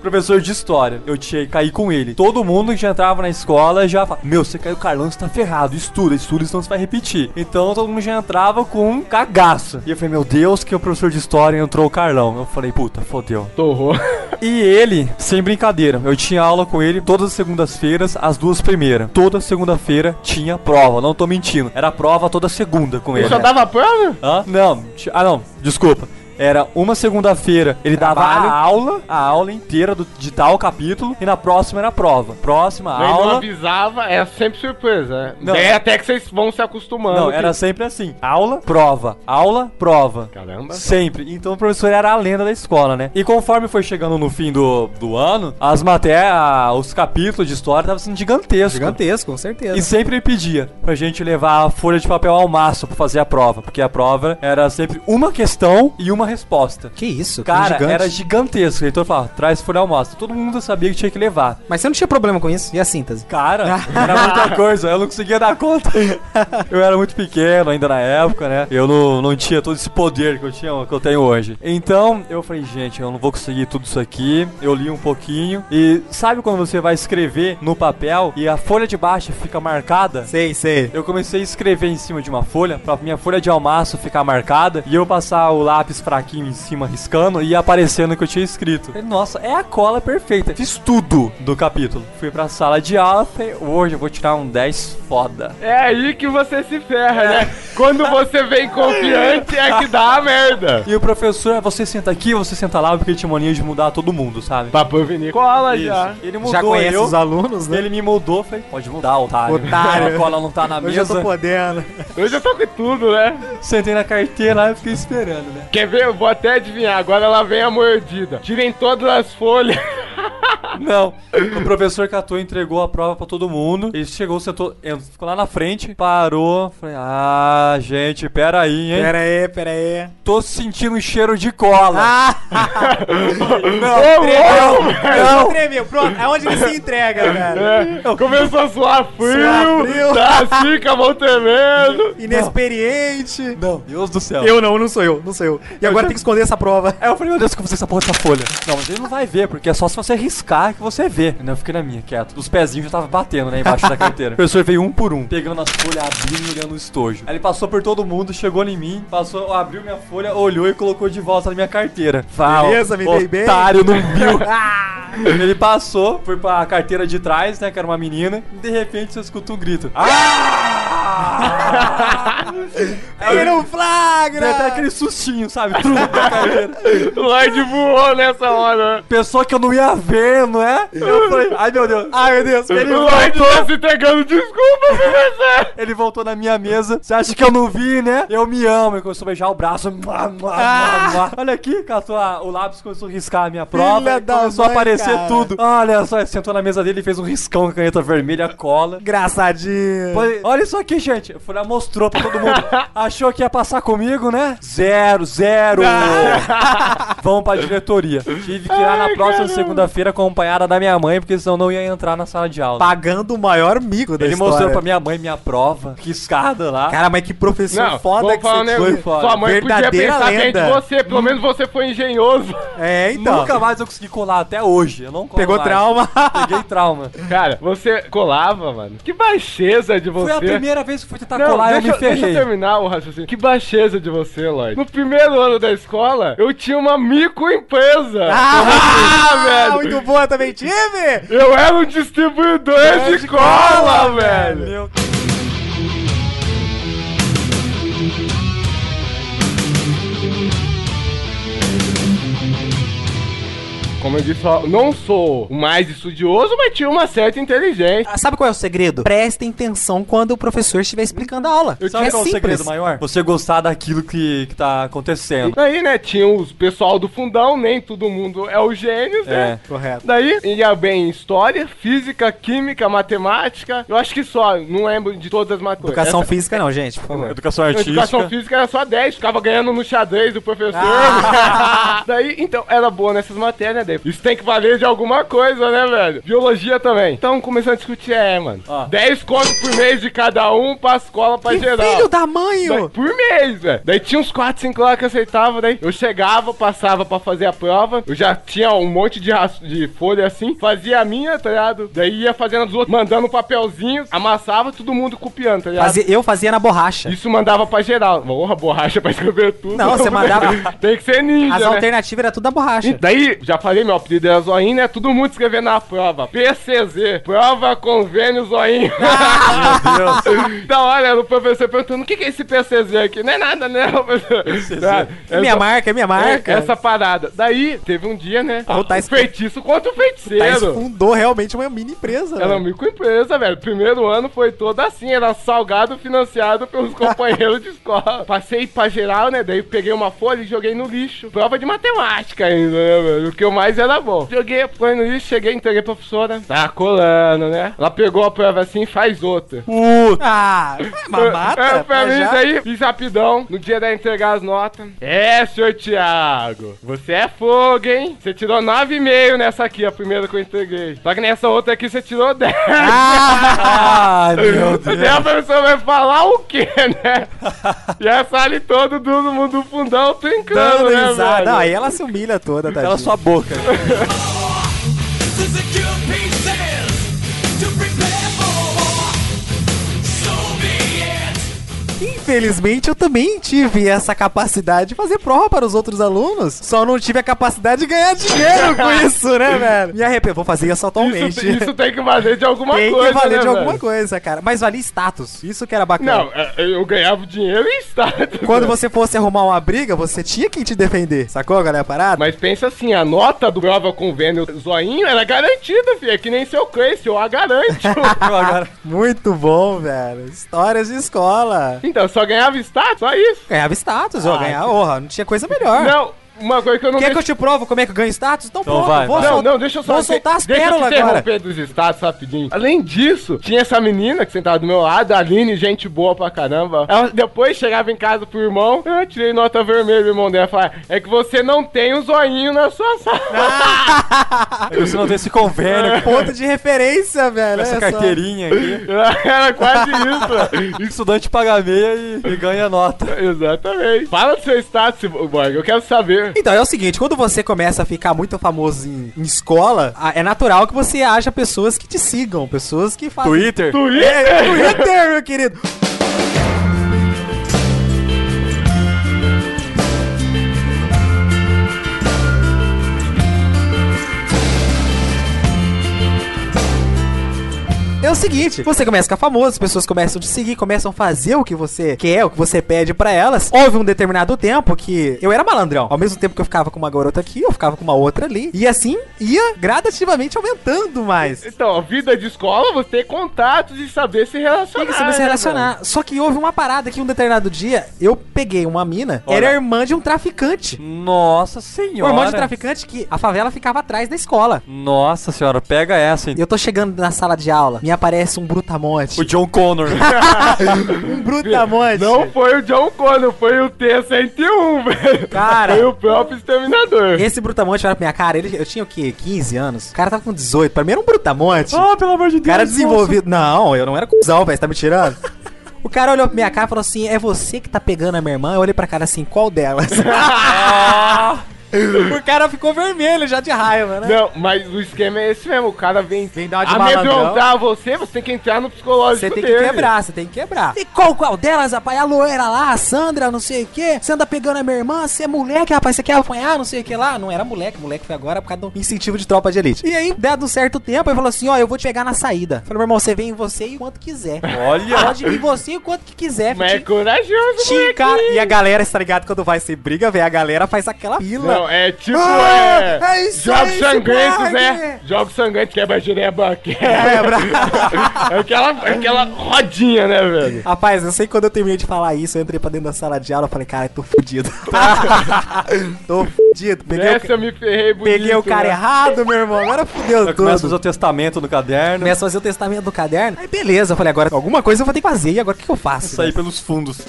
Speaker 3: professor de história. Eu tinha caí com ele. Todo mundo que já entrava na escola já falava: Meu, você caiu, Carlão, você tá ferrado. Estuda, estuda, senão você vai repetir. Então todo mundo já entrava com um cagaço. E eu falei: Meu Deus, que o professor de história entrou o Carlão. Eu falei: Puta, fodeu.
Speaker 2: Torrou.
Speaker 3: E ele, sem brincadeira, eu tinha aula com ele todas as segundas-feiras, as duas primeiras. Toda segunda-feira tinha prova, não tô mentindo. Era prova toda segunda com ele.
Speaker 2: Só dava prova?
Speaker 3: Hã? Não, ti- ah não, desculpa. Era uma segunda-feira, ele dava
Speaker 4: Trabalho.
Speaker 3: a aula, a aula inteira do, de tal capítulo, e na próxima era a prova. Próxima
Speaker 2: Mas não
Speaker 3: aula.
Speaker 2: avisava, é sempre surpresa.
Speaker 3: Não.
Speaker 2: Né? É até que vocês vão se acostumando.
Speaker 3: Não,
Speaker 2: que-
Speaker 3: era sempre assim: aula, prova, aula, prova.
Speaker 2: Caramba.
Speaker 3: Sempre. Então o professor era a lenda da escola, né? E conforme foi chegando no fim do, do ano, as matérias, os capítulos de história estavam sendo gigantescos.
Speaker 4: Gigantesco, com certeza.
Speaker 3: E sempre ele pedia pra gente levar a folha de papel ao máximo pra fazer a prova. Porque a prova era sempre uma questão e uma resposta.
Speaker 4: Que isso, que
Speaker 3: Cara,
Speaker 4: gigante.
Speaker 3: era gigantesco. Então eu falava, traz folha ao máximo. Todo mundo sabia que tinha que levar.
Speaker 4: Mas você não tinha problema com isso? E a síntese?
Speaker 3: Cara, era muita coisa, eu não conseguia dar conta. Eu era muito pequeno ainda na época, né? Eu não, não tinha todo esse poder que eu, tinha, que eu tenho hoje. Então, eu falei, gente, eu não vou conseguir tudo isso aqui. Eu li um pouquinho. E sabe quando você vai escrever no papel e a folha de baixo fica marcada?
Speaker 4: Sei, sei.
Speaker 3: Eu comecei a escrever em cima de uma folha, pra minha folha de almaço ficar marcada, e eu passar o lápis fraquinho em cima, riscando, e ia aparecendo o que eu tinha escrito. Falei, Nossa, é a cola perfeita. Fiz tudo do capítulo. Fui pra sala de aula, falei, hoje eu vou tirar um 10 foda.
Speaker 2: É aí que você se ferra, né?
Speaker 4: É.
Speaker 2: Quando você vem confiante é que dá a merda.
Speaker 3: E o professor, você senta aqui, você senta lá, porque ele tinha mania de mudar todo mundo, sabe?
Speaker 2: Papo Vini. Cola já.
Speaker 3: Ele mudou
Speaker 4: Ah, Já conhece
Speaker 3: eu,
Speaker 4: os alunos, né?
Speaker 3: ele me mudou, falei, pode mudar, otário.
Speaker 4: Otário.
Speaker 3: A cola não tá na
Speaker 4: Hoje eu tô
Speaker 3: mesa.
Speaker 4: podendo.
Speaker 2: Hoje eu tô com tudo, né?
Speaker 3: Sentei na carteira lá e fiquei esperando, né?
Speaker 2: Quer ver? Eu vou até adivinhar. Agora ela vem a mordida. Tirem todas as folhas.
Speaker 3: Não. O professor catou e entregou a prova pra todo mundo. Ele chegou, sentou, en- ficou lá na frente, parou. Falei, ah, gente, pera aí, hein?
Speaker 4: Pera aí, pera aí.
Speaker 3: Tô sentindo um cheiro de cola.
Speaker 2: Ô, louco, velho.
Speaker 4: Não, tremeu. Pronto, aonde ele se entrega, cara.
Speaker 2: É, começou a suar frio,
Speaker 4: Suar frio.
Speaker 2: tá assim com a mão tremendo.
Speaker 4: Inexperiente.
Speaker 3: Meu Deus do céu.
Speaker 4: Eu não, não sou eu, não sou eu. E agora tem que esconder essa prova.
Speaker 3: Aí eu falei, meu Deus, como você essa porra dessa folha? Não, mas ele não vai ver, porque é só se você riscar que você vê. Não, eu fiquei na minha, quieto. Os pezinhos já tava batendo, né, embaixo da carteira. O professor veio um por um, pegando as folhas, abrindo e olhando o estojo. Aí ele passou por todo mundo, chegou em mim, passou, abriu minha folha, olhou e colocou de volta na minha carteira. Fala,
Speaker 4: Beleza, me dei bem.
Speaker 3: otário, não viu. ele passou, foi pra carteira de trás, né, que era uma menina, e de repente você escuta um grito.
Speaker 4: Ah! Pega um flagra!
Speaker 3: Deu até aquele sustinho, sabe? Trum, na carteira.
Speaker 2: O Lorde voou nessa hora.
Speaker 3: Pessoa que eu não ia ver, não é? Eu falei, ai meu Deus. Ah,
Speaker 4: Ai, meu Deus,
Speaker 2: O
Speaker 4: ele é
Speaker 2: Lorde tá se entregando, desculpa, professor.
Speaker 3: Ele voltou na minha mesa. Você acha que eu não vi, né? Eu me amo. Ele começou a beijar o braço. Mua, mua, mua, mua. Olha aqui, catou a- o lápis, começou a riscar a minha prova.
Speaker 4: Ah. Filha
Speaker 3: e
Speaker 4: da
Speaker 3: começou a
Speaker 4: mãe,
Speaker 3: aparecer
Speaker 4: cara.
Speaker 3: tudo. Olha só, ele sentou na mesa dele e fez um riscão com a caneta vermelha, cola.
Speaker 4: Engraçadinho.
Speaker 3: Foi- Olha isso aqui, gente. Foi lá, mostrou pra todo mundo. Achou que ia passar comigo, né? Zero, zero. Vamos pra diretoria. Tive que ir lá na próxima segunda-feira acompanhada da minha mãe, porque senão não ia entrar na sala de aula.
Speaker 4: Pagando o maior mico da
Speaker 3: Ele
Speaker 4: história.
Speaker 3: mostrou pra minha mãe minha prova, riscada lá.
Speaker 4: Cara, mas que professor
Speaker 2: Não,
Speaker 4: foda
Speaker 2: vou
Speaker 4: que
Speaker 2: falar um
Speaker 4: você
Speaker 2: negócio.
Speaker 4: foi.
Speaker 3: foda.
Speaker 2: Sua mãe
Speaker 4: Verdadeira
Speaker 2: podia pensar
Speaker 4: lenda.
Speaker 2: bem de você, pelo menos você foi engenhoso.
Speaker 4: É, então.
Speaker 3: Nunca mais eu consegui colar até hoje. Eu não colo
Speaker 4: Pegou
Speaker 3: mais.
Speaker 4: trauma.
Speaker 3: Peguei trauma.
Speaker 2: Cara, você colava, mano. Que baixeza de você.
Speaker 3: Foi a primeira vez que fui tentar
Speaker 2: Não,
Speaker 3: colar e eu
Speaker 2: deixa,
Speaker 3: me
Speaker 2: deixa eu
Speaker 3: ferrei.
Speaker 2: terminar o raciocínio. Que baixeza de você, Lloyd. No primeiro ano da escola, eu tinha uma microempresa.
Speaker 4: Ah,
Speaker 2: velho.
Speaker 4: muito boa também, time!
Speaker 2: Eu era um distribuidor Tá
Speaker 3: É
Speaker 2: de cola, velho.
Speaker 3: Meu
Speaker 2: Como eu disse, ó, não sou o mais estudioso, mas tinha uma certa inteligência.
Speaker 4: Ah, Sabe qual é o segredo? Prestem atenção quando o professor estiver explicando a aula.
Speaker 3: Eu Sabe qual é o segredo maior? Você gostar daquilo que, que tá acontecendo.
Speaker 2: Aí, né, tinha os pessoal do fundão, nem todo mundo é o gênio, né?
Speaker 4: Correto.
Speaker 2: Daí ia bem em história, física, química, matemática. Eu acho que só, não lembro de todas as matérias.
Speaker 4: Educação física não, gente, por favor.
Speaker 3: Educação
Speaker 2: Essa-
Speaker 3: artística.
Speaker 2: educação física era só 10, ficava ganhando no xadrez do professor.
Speaker 4: Ah.
Speaker 2: daí, então, era boa nessas matérias, né, daí. Isso tem que valer de alguma coisa, né, velho? Biologia também. Então, começando a discutir, é, mano.
Speaker 3: Ó.
Speaker 2: 10 conto por mês de cada um pra escola pra
Speaker 4: Que
Speaker 2: geral.
Speaker 4: filho da
Speaker 2: Daí,
Speaker 4: mãe!
Speaker 2: por mês, velho. Daí tinha uns 4, 5 lá que aceitava, daí eu chegava, passava pra fazer a prova. Eu já tinha um monte de, ras- de folha assim, fazia a minha, tá ligado? Daí ia fazendo as outras, mandando um papelzinho, amassava, todo mundo copiando, tá ligado?
Speaker 4: Fazia- eu fazia na borracha.
Speaker 2: Isso mandava pra geral. Porra, borracha pra escrever tudo.
Speaker 4: Não, você mandava-
Speaker 2: Tem que ser ninja, né?
Speaker 4: As
Speaker 2: Então,
Speaker 4: alternativas era tudo da
Speaker 2: E
Speaker 4: borracha.
Speaker 2: daí, já falei, meu apelido era Zoinho, né? Todo mundo escrevendo na prova. PCZ, prova convênio Zoinho. da hora, era o professor perguntando, o que que é esse PCZ aqui? Não é nada, né? professor? Ah,
Speaker 4: É minha
Speaker 2: essa-
Speaker 4: marca, é minha marca.
Speaker 2: Essa parada. Daí, teve um dia, né?
Speaker 4: O Tais-
Speaker 2: o feitiço contra o
Speaker 4: Tá Thaís
Speaker 2: feiticeiro.
Speaker 4: fundou realmente uma mini empresa. né?
Speaker 2: Era é uma
Speaker 4: velho.
Speaker 2: microempresa, velho. Primeiro ano foi todo assim, era salgado financiado pelos companheiros de escola. Passei pra geral, né? Daí peguei uma folha e joguei no lixo. Prova de matemática ainda, né, velho? O que eu mais era bom. Joguei a folha no lixo, cheguei, entreguei pra professora. Tá colando, né? Ela pegou a prova assim e faz outra.
Speaker 4: Ah, é mamata.
Speaker 2: É, pra
Speaker 4: mas
Speaker 2: mim,
Speaker 4: já-
Speaker 2: daí, fiz rapidão. No dia da entregar as notas. É, senhor Thiago, você é fogo, hein? Você tirou 9,5 nessa aqui, a primeira que eu entreguei. Só que nessa outra aqui você tirou 10.
Speaker 4: Ah,
Speaker 3: Ai, meu Deus.
Speaker 2: Daí a pessoa vai falar o quê, né? e a sala toda, todo mundo do fundão
Speaker 4: Dando
Speaker 2: trincando, né,
Speaker 4: risada.
Speaker 2: velho?
Speaker 4: Não, aí ela se humilha toda, tadinha.
Speaker 3: Cala sua boca.
Speaker 4: Infelizmente, eu também tive essa capacidade de fazer prova para os outros alunos. Só não tive a capacidade de ganhar dinheiro com isso, né, velho? Me arrependo. Vou fazer isso atualmente.
Speaker 2: Isso, isso tem que valer de alguma
Speaker 4: é Tem
Speaker 2: coisa,
Speaker 4: que valer
Speaker 2: né,
Speaker 4: de
Speaker 2: velho?
Speaker 4: alguma coisa, cara. Mas valia status. Isso que era bacana.
Speaker 2: Não, é, eu ganhava dinheiro em status.
Speaker 4: Quando
Speaker 2: né?
Speaker 4: você fosse arrumar uma briga, você tinha quem te defender. Sacou, galera? Parada?
Speaker 2: Mas pensa assim, a nota do prova convênio zoinho era garantida, filho. É que nem seu cães, eu a garanto.
Speaker 3: Eu agora-
Speaker 4: Muito bom, velho. Histórias de escola.
Speaker 2: então, só ganhava status, só isso.
Speaker 4: Ganhava status, ó. Ganhava, porra, não tinha coisa melhor.
Speaker 2: Não, uma coisa que eu não
Speaker 4: Ah. Quer que eu
Speaker 2: deixo-
Speaker 4: te provo como é que eu ganho status? Então,
Speaker 3: Então
Speaker 4: pronto,
Speaker 3: vai,
Speaker 4: vou
Speaker 3: vai.
Speaker 2: Não,
Speaker 4: sol-
Speaker 2: não, deixa eu só.
Speaker 4: Vou soltar as
Speaker 2: deixa eu te
Speaker 4: pérolas agora.
Speaker 2: interromper dos status rapidinho. Além disso, tinha essa menina que sentava do meu lado, a Aline, gente boa pra caramba. Ela depois chegava em casa pro irmão, eu tirei nota vermelha, o irmão dela falava: é que você não tem um zoinho na sua sala.
Speaker 3: Você não tem esse convênio com
Speaker 4: um Ponto de referência, velho.
Speaker 3: essa
Speaker 4: olha só.
Speaker 3: carteirinha aqui.
Speaker 2: Era quase isso.
Speaker 3: Estudante paga meia e, e ganha nota.
Speaker 2: Exatamente. Fala do seu status, Borg, eu quero saber.
Speaker 4: Então, é o seguinte, quando você começa a ficar muito famoso em, em escola, a- é natural que você haja pessoas que te sigam, pessoas que fazem...
Speaker 3: Twitter?
Speaker 2: Twitter?
Speaker 4: é Twitter, meu querido! É o seguinte, você começa a ficar famoso, as pessoas começam a te seguir, começam a fazer o que você quer, o que você pede pra elas. Houve um determinado tempo que eu era malandrão. Ao mesmo tempo que eu ficava com uma garota aqui, eu ficava com uma outra ali. E assim ia gradativamente aumentando mais.
Speaker 2: Então, a vida de escola, você tem contatos e saber se relacionar.
Speaker 4: Tem que saber se
Speaker 2: né,
Speaker 4: relacionar. Só que houve uma parada que um determinado dia eu peguei uma mina,
Speaker 3: Olha.
Speaker 4: era irmã de um traficante.
Speaker 3: Nossa
Speaker 4: Uma
Speaker 3: senhora.
Speaker 4: irmã de um traficante que a favela ficava atrás da escola.
Speaker 3: Nossa senhora, pega essa.
Speaker 4: E
Speaker 3: então.
Speaker 4: eu tô chegando na sala de aula, me aparece um brutamonte.
Speaker 3: O John Connor.
Speaker 4: Um brutamonte.
Speaker 2: Não foi o John Connor, foi o T-101, velho.
Speaker 4: Cara.
Speaker 2: Foi o próprio Exterminador.
Speaker 4: Esse brutamonte olha pra minha cara, ele, eu tinha o quê? 15 anos? O cara tava com 18. Pra mim era um brutamonte.
Speaker 3: Ah, pelo amor de Deus.
Speaker 4: cara
Speaker 3: moço.
Speaker 4: desenvolvido. Não, eu não era cuzão, velho. Você tá me tirando? O cara olhou pra minha cara e falou assim: É você que tá pegando a minha irmã? Eu olhei pra cara assim: Qual delas?
Speaker 3: Ah,
Speaker 4: o cara ficou vermelho já de raiva, né?
Speaker 2: Não, mas o esquema é esse mesmo. O cara vem,
Speaker 4: Vem dar uma de
Speaker 2: amedrontar
Speaker 4: malandrão.
Speaker 2: você, você tem que entrar no psicológico
Speaker 4: Você tem que
Speaker 2: dele.
Speaker 4: quebrar, você tem que quebrar. E qual, qual delas, rapaz? A loira lá, a Sandra, não sei o quê. Você anda pegando a minha irmã, você é moleque, rapaz, você quer apanhar, não sei o que lá. Não era moleque, moleque foi agora por causa do incentivo de tropa de elite. E aí, dado um certo tempo, ele falou assim: ó, eu vou te pegar na saída. Eu Falei, meu irmão, você vem em você e quanto quiser.
Speaker 3: Olha.
Speaker 4: Pode vir você enquanto que quiser.
Speaker 2: Mas é
Speaker 4: Te-
Speaker 2: corajoso,
Speaker 4: te
Speaker 2: moleque.
Speaker 4: encara- um E a galera, você tá ligado? Quando vai ser briga, velho, a galera faz aquela
Speaker 2: Não,
Speaker 4: fila.
Speaker 2: é tipo,
Speaker 4: Ah,
Speaker 2: é...
Speaker 4: é isso
Speaker 2: Jogos
Speaker 4: aí,
Speaker 2: sangrentos,
Speaker 4: Cyborg!
Speaker 2: né? Jogos sangrentos, quebra jereba, quebra.
Speaker 4: Quebra.
Speaker 2: aquela, aquela rodinha, né, velho?
Speaker 4: Rapaz, eu sei que quando eu terminei de falar isso, eu entrei pra dentro da sala de aula e falei, cara, eu tô fudido. tô fudido. Peguei, É o,
Speaker 2: Essa eu me ferrei bonito.
Speaker 4: peguei o cara
Speaker 2: é né?
Speaker 4: errado, meu irmão. Agora fudeu
Speaker 3: Começa a fazer
Speaker 4: tudo.
Speaker 3: o testamento no caderno.
Speaker 4: Começa a fazer o testamento do caderno. Aí beleza, eu falei, agora alguma coisa eu vou ter que fazer. E agora o que, que eu faço?
Speaker 3: Sair pelos fundos.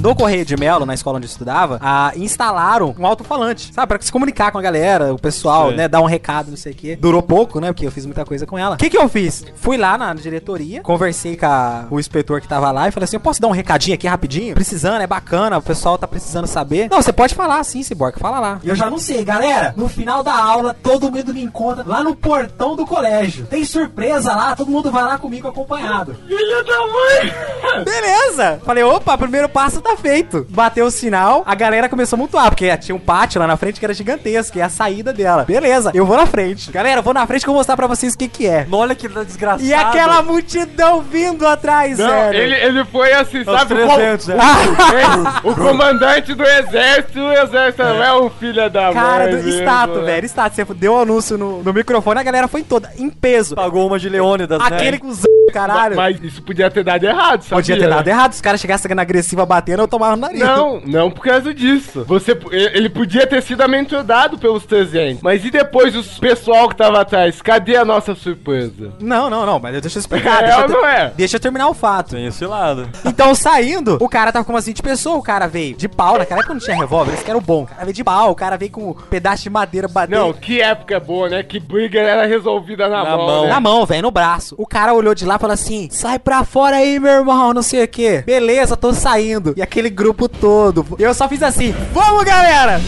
Speaker 4: No Correio de Melo, na escola onde eu estudava, ah, instalaram um alto-falante, sabe? Pra se comunicar com a galera, o pessoal,
Speaker 3: Sei.
Speaker 4: né? Dar um recado, não sei o quê. Durou pouco, né? Porque eu fiz muita coisa com ela. O que, que eu fiz? Fui lá na diretoria, conversei com a- o inspetor que tava lá e falei assim: eu posso dar um recadinho aqui rapidinho? Precisando, é bacana, o pessoal tá precisando saber. Não, você pode falar sim, Cyborg, fala lá. E eu já não sei, galera. No final da aula, todo mundo me encontra lá no portão do colégio. Tem surpresa lá, todo mundo vai lá comigo acompanhado. Beleza! Falei, opa, primeiro passo tá feito. Bateu o sinal, a galera começou a mutuar, porque tinha um pátio lá na frente que era gigantesco, e é a saída dela. Beleza, eu vou na frente. Galera, eu vou na frente que eu vou mostrar pra vocês o que que é.
Speaker 3: Olha que desgraçado.
Speaker 4: E aquela multidão vindo atrás,
Speaker 2: Não,
Speaker 4: velho.
Speaker 2: ele, ele foi assim,
Speaker 3: Os
Speaker 2: sabe? qual-
Speaker 3: 300, né?
Speaker 4: Ah!
Speaker 2: É, o comandante do exército, o exército não é um filho da
Speaker 4: Cara,
Speaker 2: mãe.
Speaker 4: do
Speaker 2: mesmo,
Speaker 4: estátua,
Speaker 2: né?
Speaker 4: velho, estátua. Você deu o anúncio no, no microfone, a galera foi toda, em peso.
Speaker 3: Pagou uma de Leônidas,
Speaker 4: Aquele
Speaker 3: né?
Speaker 4: cuzão, caralho.
Speaker 2: Mas isso podia ter dado errado, sabe?
Speaker 4: Podia ter dado errado, se os caras chegassem sendo agressiva batendo, eu tomava no nariz.
Speaker 2: Não, não por causa disso. Você, ele podia ter sido amendurado pelos 300. Mas e depois o pessoal que tava atrás? Cadê a nossa surpresa?
Speaker 4: Não, não, não, mas deixa eu explicar.
Speaker 2: É
Speaker 4: deixa, eu
Speaker 2: ou
Speaker 4: ter-
Speaker 2: não é?
Speaker 4: deixa eu terminar o fato.
Speaker 3: Tem esse lado.
Speaker 4: Então, saindo, o cara tava com umas 20 pessoas, o cara veio de pau, naquela época não tinha revólver, esse que era o bom. O cara veio de pau, o cara veio com um pedaço de madeira batendo.
Speaker 2: Não, que época boa, né? Que briga era resolvida na,
Speaker 3: Na
Speaker 2: mão.
Speaker 3: mão.
Speaker 2: né?
Speaker 4: Na mão, velho, no braço. O cara olhou de lá e falou assim: sai pra fora aí, meu irmão, não sei o quê. Beleza, tô saindo. E aquele grupo todo. Eu só fiz assim: vamos, galera!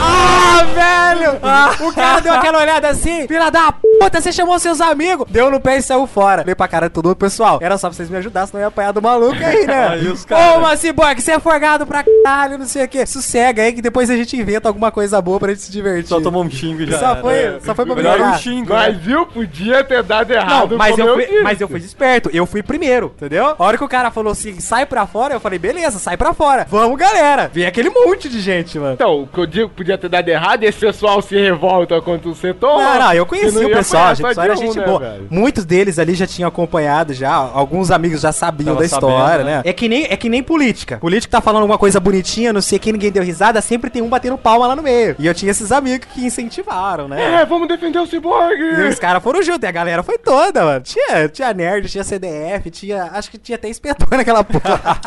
Speaker 4: Ah, velho! O cara deu aquela olhada assim, filha da puta, você chamou seus amigos! Deu no pé e saiu fora. Falei pra cara de todo mundo, pessoal, era só pra vocês me ajudarem, senão eu ia apanhar do maluco aí, né?
Speaker 3: Aí os caras-
Speaker 4: Ô, mas Cyborg, você é forgado pra caralho, não sei o quê. Sossega aí que depois a gente inventa alguma coisa boa pra gente se divertir.
Speaker 3: Só tomou um xingo e já.
Speaker 4: Só
Speaker 3: era.
Speaker 4: foi-
Speaker 3: É.
Speaker 4: só foi pra
Speaker 3: Melhor um
Speaker 4: brigar.
Speaker 3: xingo. né?
Speaker 2: Mas eu podia ter dado errado.
Speaker 4: Não, mas
Speaker 2: como
Speaker 4: eu, fui,
Speaker 2: disse.
Speaker 4: mas eu fui esperto. Eu fui primeiro, entendeu? A hora que o cara falou assim, sai pra fora, eu falei, beleza, sai pra fora. Vamos, galera. Vem aquele monte de gente, mano.
Speaker 2: Então, o que eu digo que podia ter dado errado, esse pessoal se revolta contra o setor.
Speaker 4: Não, não, eu
Speaker 2: Você
Speaker 4: conheci
Speaker 2: não
Speaker 4: o
Speaker 2: ia
Speaker 4: pessoal,
Speaker 2: apanhar,
Speaker 4: a gente
Speaker 2: só
Speaker 4: só era
Speaker 2: de um,
Speaker 4: gente
Speaker 2: né,
Speaker 4: boa. Hum.
Speaker 2: velho?
Speaker 4: Muitos deles ali já tinham acompanhado, já. Alguns amigos já sabiam
Speaker 3: Tava
Speaker 4: da história,
Speaker 3: sabendo, né?
Speaker 4: né? É, que nem, é que nem política. Político tá falando alguma coisa bonitinha, não sei o que, ninguém deu risada, sempre tem um batendo palma lá no meio. E eu tinha esses amigos que incentivaram, né?
Speaker 2: É, vamos defender o
Speaker 4: E
Speaker 2: ciborgue.
Speaker 4: os caras foram juntos, e a galera foi toda, mano. Tinha, tinha nerd, tinha CDF, tinha. Acho que tinha até inspetor naquela porra.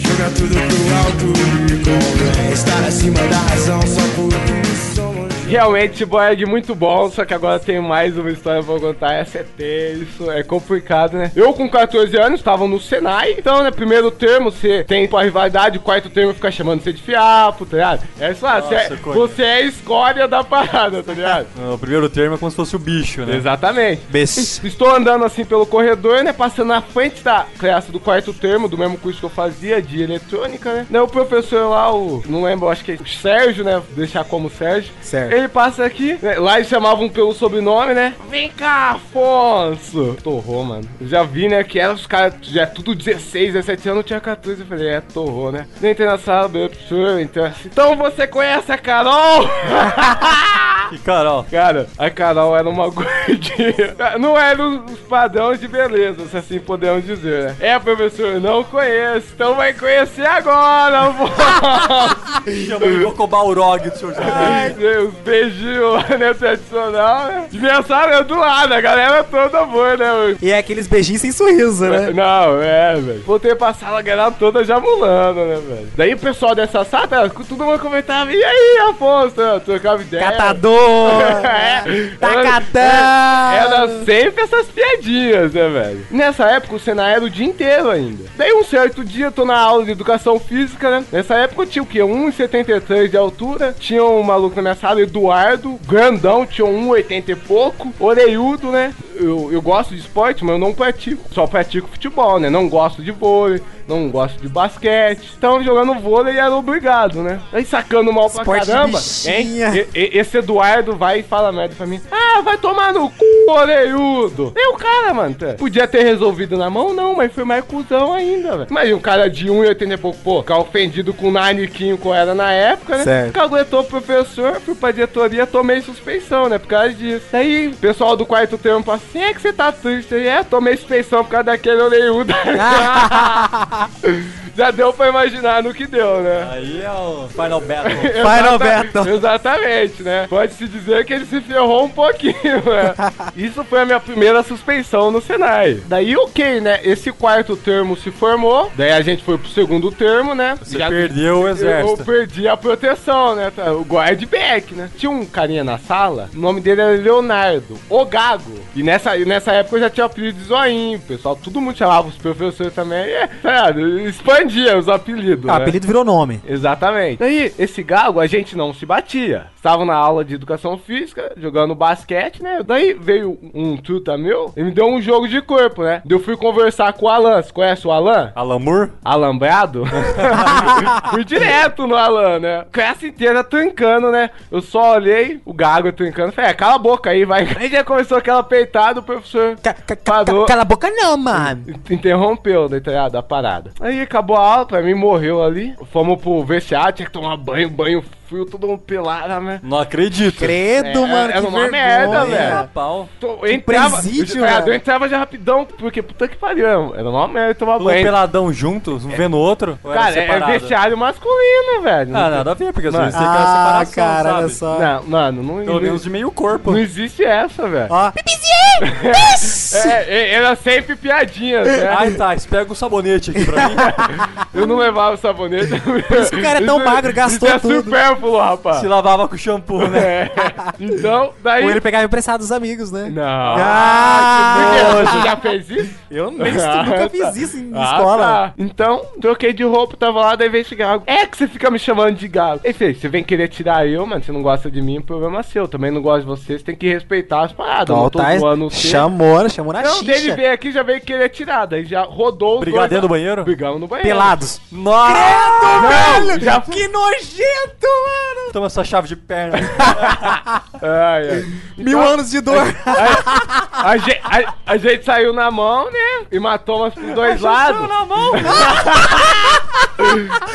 Speaker 9: Joga tudo pro alto e convém Estar acima da razão só por somos
Speaker 2: Realmente, ciborgue muito bom, só que agora tem mais uma história pra contar. Essa é tenso, é complicado, né? Eu, com 14 anos, estava no Senai. Então, né, primeiro termo, você tem tua rivalidade, quarto termo fica chamando você de fiapo, tá ligado? É isso lá, você, é-
Speaker 3: coisa.
Speaker 2: você é a escória da parada, tá ligado?
Speaker 3: O primeiro termo é como se fosse o bicho, né?
Speaker 2: Exatamente.
Speaker 4: Bess.
Speaker 2: Estou andando assim pelo corredor, né? Passando na frente da classe do quarto termo, do mesmo curso que eu fazia, de eletrônica, né? Daí o professor lá, o. Não lembro, acho que é o Sérgio, né? Vou deixar como Sérgio.
Speaker 4: Certo.
Speaker 2: Ele passa aqui, né, lá eles chamavam pelo sobrenome, né? Vem cá, Afonso! Torrou, mano. Eu já vi, né? Que era os caras, já tudo 16, 17 anos, eu tinha 14. Eu falei, é, torrou, né? Eu entrei na sala, meu professor, então. assim, Então você conhece a Carol?
Speaker 3: E Carol.
Speaker 2: Cara, a Carol era uma gordinha. Não era os padrões de beleza, se assim podemos dizer, né? É, professor, não conheço. Então vai conhecer agora, vô.
Speaker 3: Chamou de Bocobaurog do senhor José.
Speaker 2: Os beijinhos, né, tradicional, né? Minha sala é do lado, a galera toda boa, né? mano?
Speaker 4: e é aqueles beijinhos sem sorriso, né?
Speaker 2: Não, é, velho. Voltei pra sala, a galera toda já mulando, né, velho? Daí o pessoal dessa sala, tá, todo mundo comentava, e aí, Afonso? Eu Trocava ideia.
Speaker 4: Catador!
Speaker 2: É.
Speaker 4: Tacatã!
Speaker 2: Era sempre essas piadinhas, né, velho? Nessa época o Senai era o dia inteiro ainda. Daí um certo dia eu tô na aula de educação física, né? Nessa época eu tinha o quê? 1,73 de altura. Tinha um maluco na minha sala, Eduardo, grandão, tinha 1,80 e pouco, orelhudo, né? Eu, eu gosto de esporte, mas eu não pratico. Só pratico futebol, né? Não gosto de vôlei, não gosto de basquete. Então jogando vôlei era obrigado, né? Aí sacando mal pra
Speaker 4: Esporte de
Speaker 2: caramba.
Speaker 4: bichinha.
Speaker 2: E- e- Esse Eduardo vai e fala merda pra mim. Ah, vai tomar no c, orelhudo. E o cara, mano, tá? podia ter resolvido na mão, não, mas foi mais cuzão ainda, velho. Imagina um cara de 1,80 e pouco, pô, ficar ofendido com o Naniquinho que eu era na época, né?
Speaker 4: Certo.
Speaker 2: Caguetou o professor, fui pra diretoria, tomei suspensão, né? Por causa disso. Daí, o pessoal do quarto tempo fala assim: é que você tá triste aí? É, tomei suspensão por causa daquele orelhudo. Já deu pra imaginar no que deu, né?
Speaker 3: Aí é o Final Battle.
Speaker 4: Final
Speaker 2: Exata-
Speaker 4: Battle.
Speaker 2: Exatamente, né? Pode-se dizer que ele se ferrou um pouquinho, né? Isso foi a minha primeira suspensão no Senai. Daí, ok, né? Esse quarto termo se formou. Daí a gente foi pro segundo termo, né?
Speaker 3: Você perdeu
Speaker 2: Eu
Speaker 3: o exército.
Speaker 2: perdi a proteção, né? tá? O guard back, né? Tinha um carinha na sala, o nome dele era Leonardo, o Gago. E nessa, e nessa época eu já tinha o apelido de zoinho, pessoal. Todo mundo chamava os professores também. E, tá ligado? expandia os apelidos.
Speaker 4: Ah,
Speaker 2: né?
Speaker 4: apelido virou nome.
Speaker 2: Exatamente. Daí, esse gago, a gente não se batia. Estava na aula de educação física, jogando basquete, né? Daí veio um truta meu e me deu um jogo de corpo, né? Daí Eu fui conversar com o Alan. Você conhece o Alan?
Speaker 3: Alamur?
Speaker 2: Alambrado? Fui direto no Alan, né? Classe inteira trancando, né? Eu só olhei o Gago trancando. Falei, é, cala a boca aí, vai. Aí já começou aquela peitada, o professor.
Speaker 4: Ca- ca- ca-
Speaker 2: parou.
Speaker 4: Cala a boca não, mano.
Speaker 2: Interrompeu, né, tá ligado? A parada. Aí acabou a aula, pra mim morreu ali. Fomos pro vestiário, tinha que tomar banho, banho frio, todo um pelado, né?
Speaker 3: Não acredito.
Speaker 4: Credo,
Speaker 2: É,
Speaker 4: mano,
Speaker 2: é
Speaker 4: que
Speaker 2: uma
Speaker 4: vergonha. Ah,
Speaker 2: merda,
Speaker 3: É,
Speaker 2: velho.
Speaker 3: pau.
Speaker 2: Tô, eu entrava,
Speaker 4: presídio,
Speaker 2: eu, tá ligado?
Speaker 4: velho.
Speaker 2: eu entrava já rapidão, porque puta que pariu, né, era uma merda tomar
Speaker 3: Todo
Speaker 2: banho.
Speaker 3: peladão juntos, um vendo o outro. ou era
Speaker 2: Cara, é
Speaker 3: separado?
Speaker 2: vestiário masculino, velho.
Speaker 3: Ah, nada a ver, porque às
Speaker 2: Mano.
Speaker 3: vezes você quer
Speaker 4: Ah,
Speaker 3: separação,
Speaker 4: cara, olha
Speaker 3: sabe?
Speaker 4: só. Hum.
Speaker 2: Não, mano, não,
Speaker 3: Pelo
Speaker 2: não,
Speaker 3: menos de meio corpo.
Speaker 4: Ah.
Speaker 2: não existe essa, velho.
Speaker 4: Ó.
Speaker 2: É, é, era sempre piadinha,
Speaker 4: É.
Speaker 2: né?
Speaker 3: Ai, tá, pega o sabonete aqui pra mim.
Speaker 2: Eu não levava sabonete. Por
Speaker 4: isso que o cara é tão magro, gastou
Speaker 2: isso é
Speaker 4: tudo.
Speaker 2: supérfluo, rapaz.
Speaker 3: Se lavava com shampoo, né?
Speaker 2: É. Então, daí...
Speaker 4: Ou ele pegava emprestado dos amigos, né?
Speaker 2: Não.
Speaker 4: Ah,
Speaker 2: Por quê? Você já fez isso? Eu
Speaker 4: nem-
Speaker 2: Ah,
Speaker 4: nunca
Speaker 2: tá.
Speaker 4: fiz isso em escola.
Speaker 2: Então, troquei de roupa, tava lá, daí veio esse gago. É que você fica me chamando de gago. Ele fez, você vem querer tirar eu, mano, você não gosta de mim, o problema é seu. Eu Também não gosto de você, você tem que respeitar as paradas.
Speaker 4: Então,
Speaker 2: Não tô
Speaker 4: tá,
Speaker 2: zoando você.
Speaker 4: chamou, né? chamou na
Speaker 2: Não, dele
Speaker 4: xixa.
Speaker 2: veio aqui, já veio querer tirar, daí já rodou os
Speaker 3: Brigar
Speaker 2: dois-
Speaker 3: dentro do banheiro?
Speaker 2: Brigamos no banheiro.
Speaker 4: Pelados.
Speaker 3: Nossa!
Speaker 2: Não,
Speaker 4: Velho,
Speaker 2: já
Speaker 4: Que nojento, mano.
Speaker 3: Toma essa chave de perna.
Speaker 2: Ai, ai.
Speaker 4: Mil anos de dor.
Speaker 2: A, ge- a- a gente saiu na mão, né? E matou umas pros dois lados.
Speaker 3: na mão.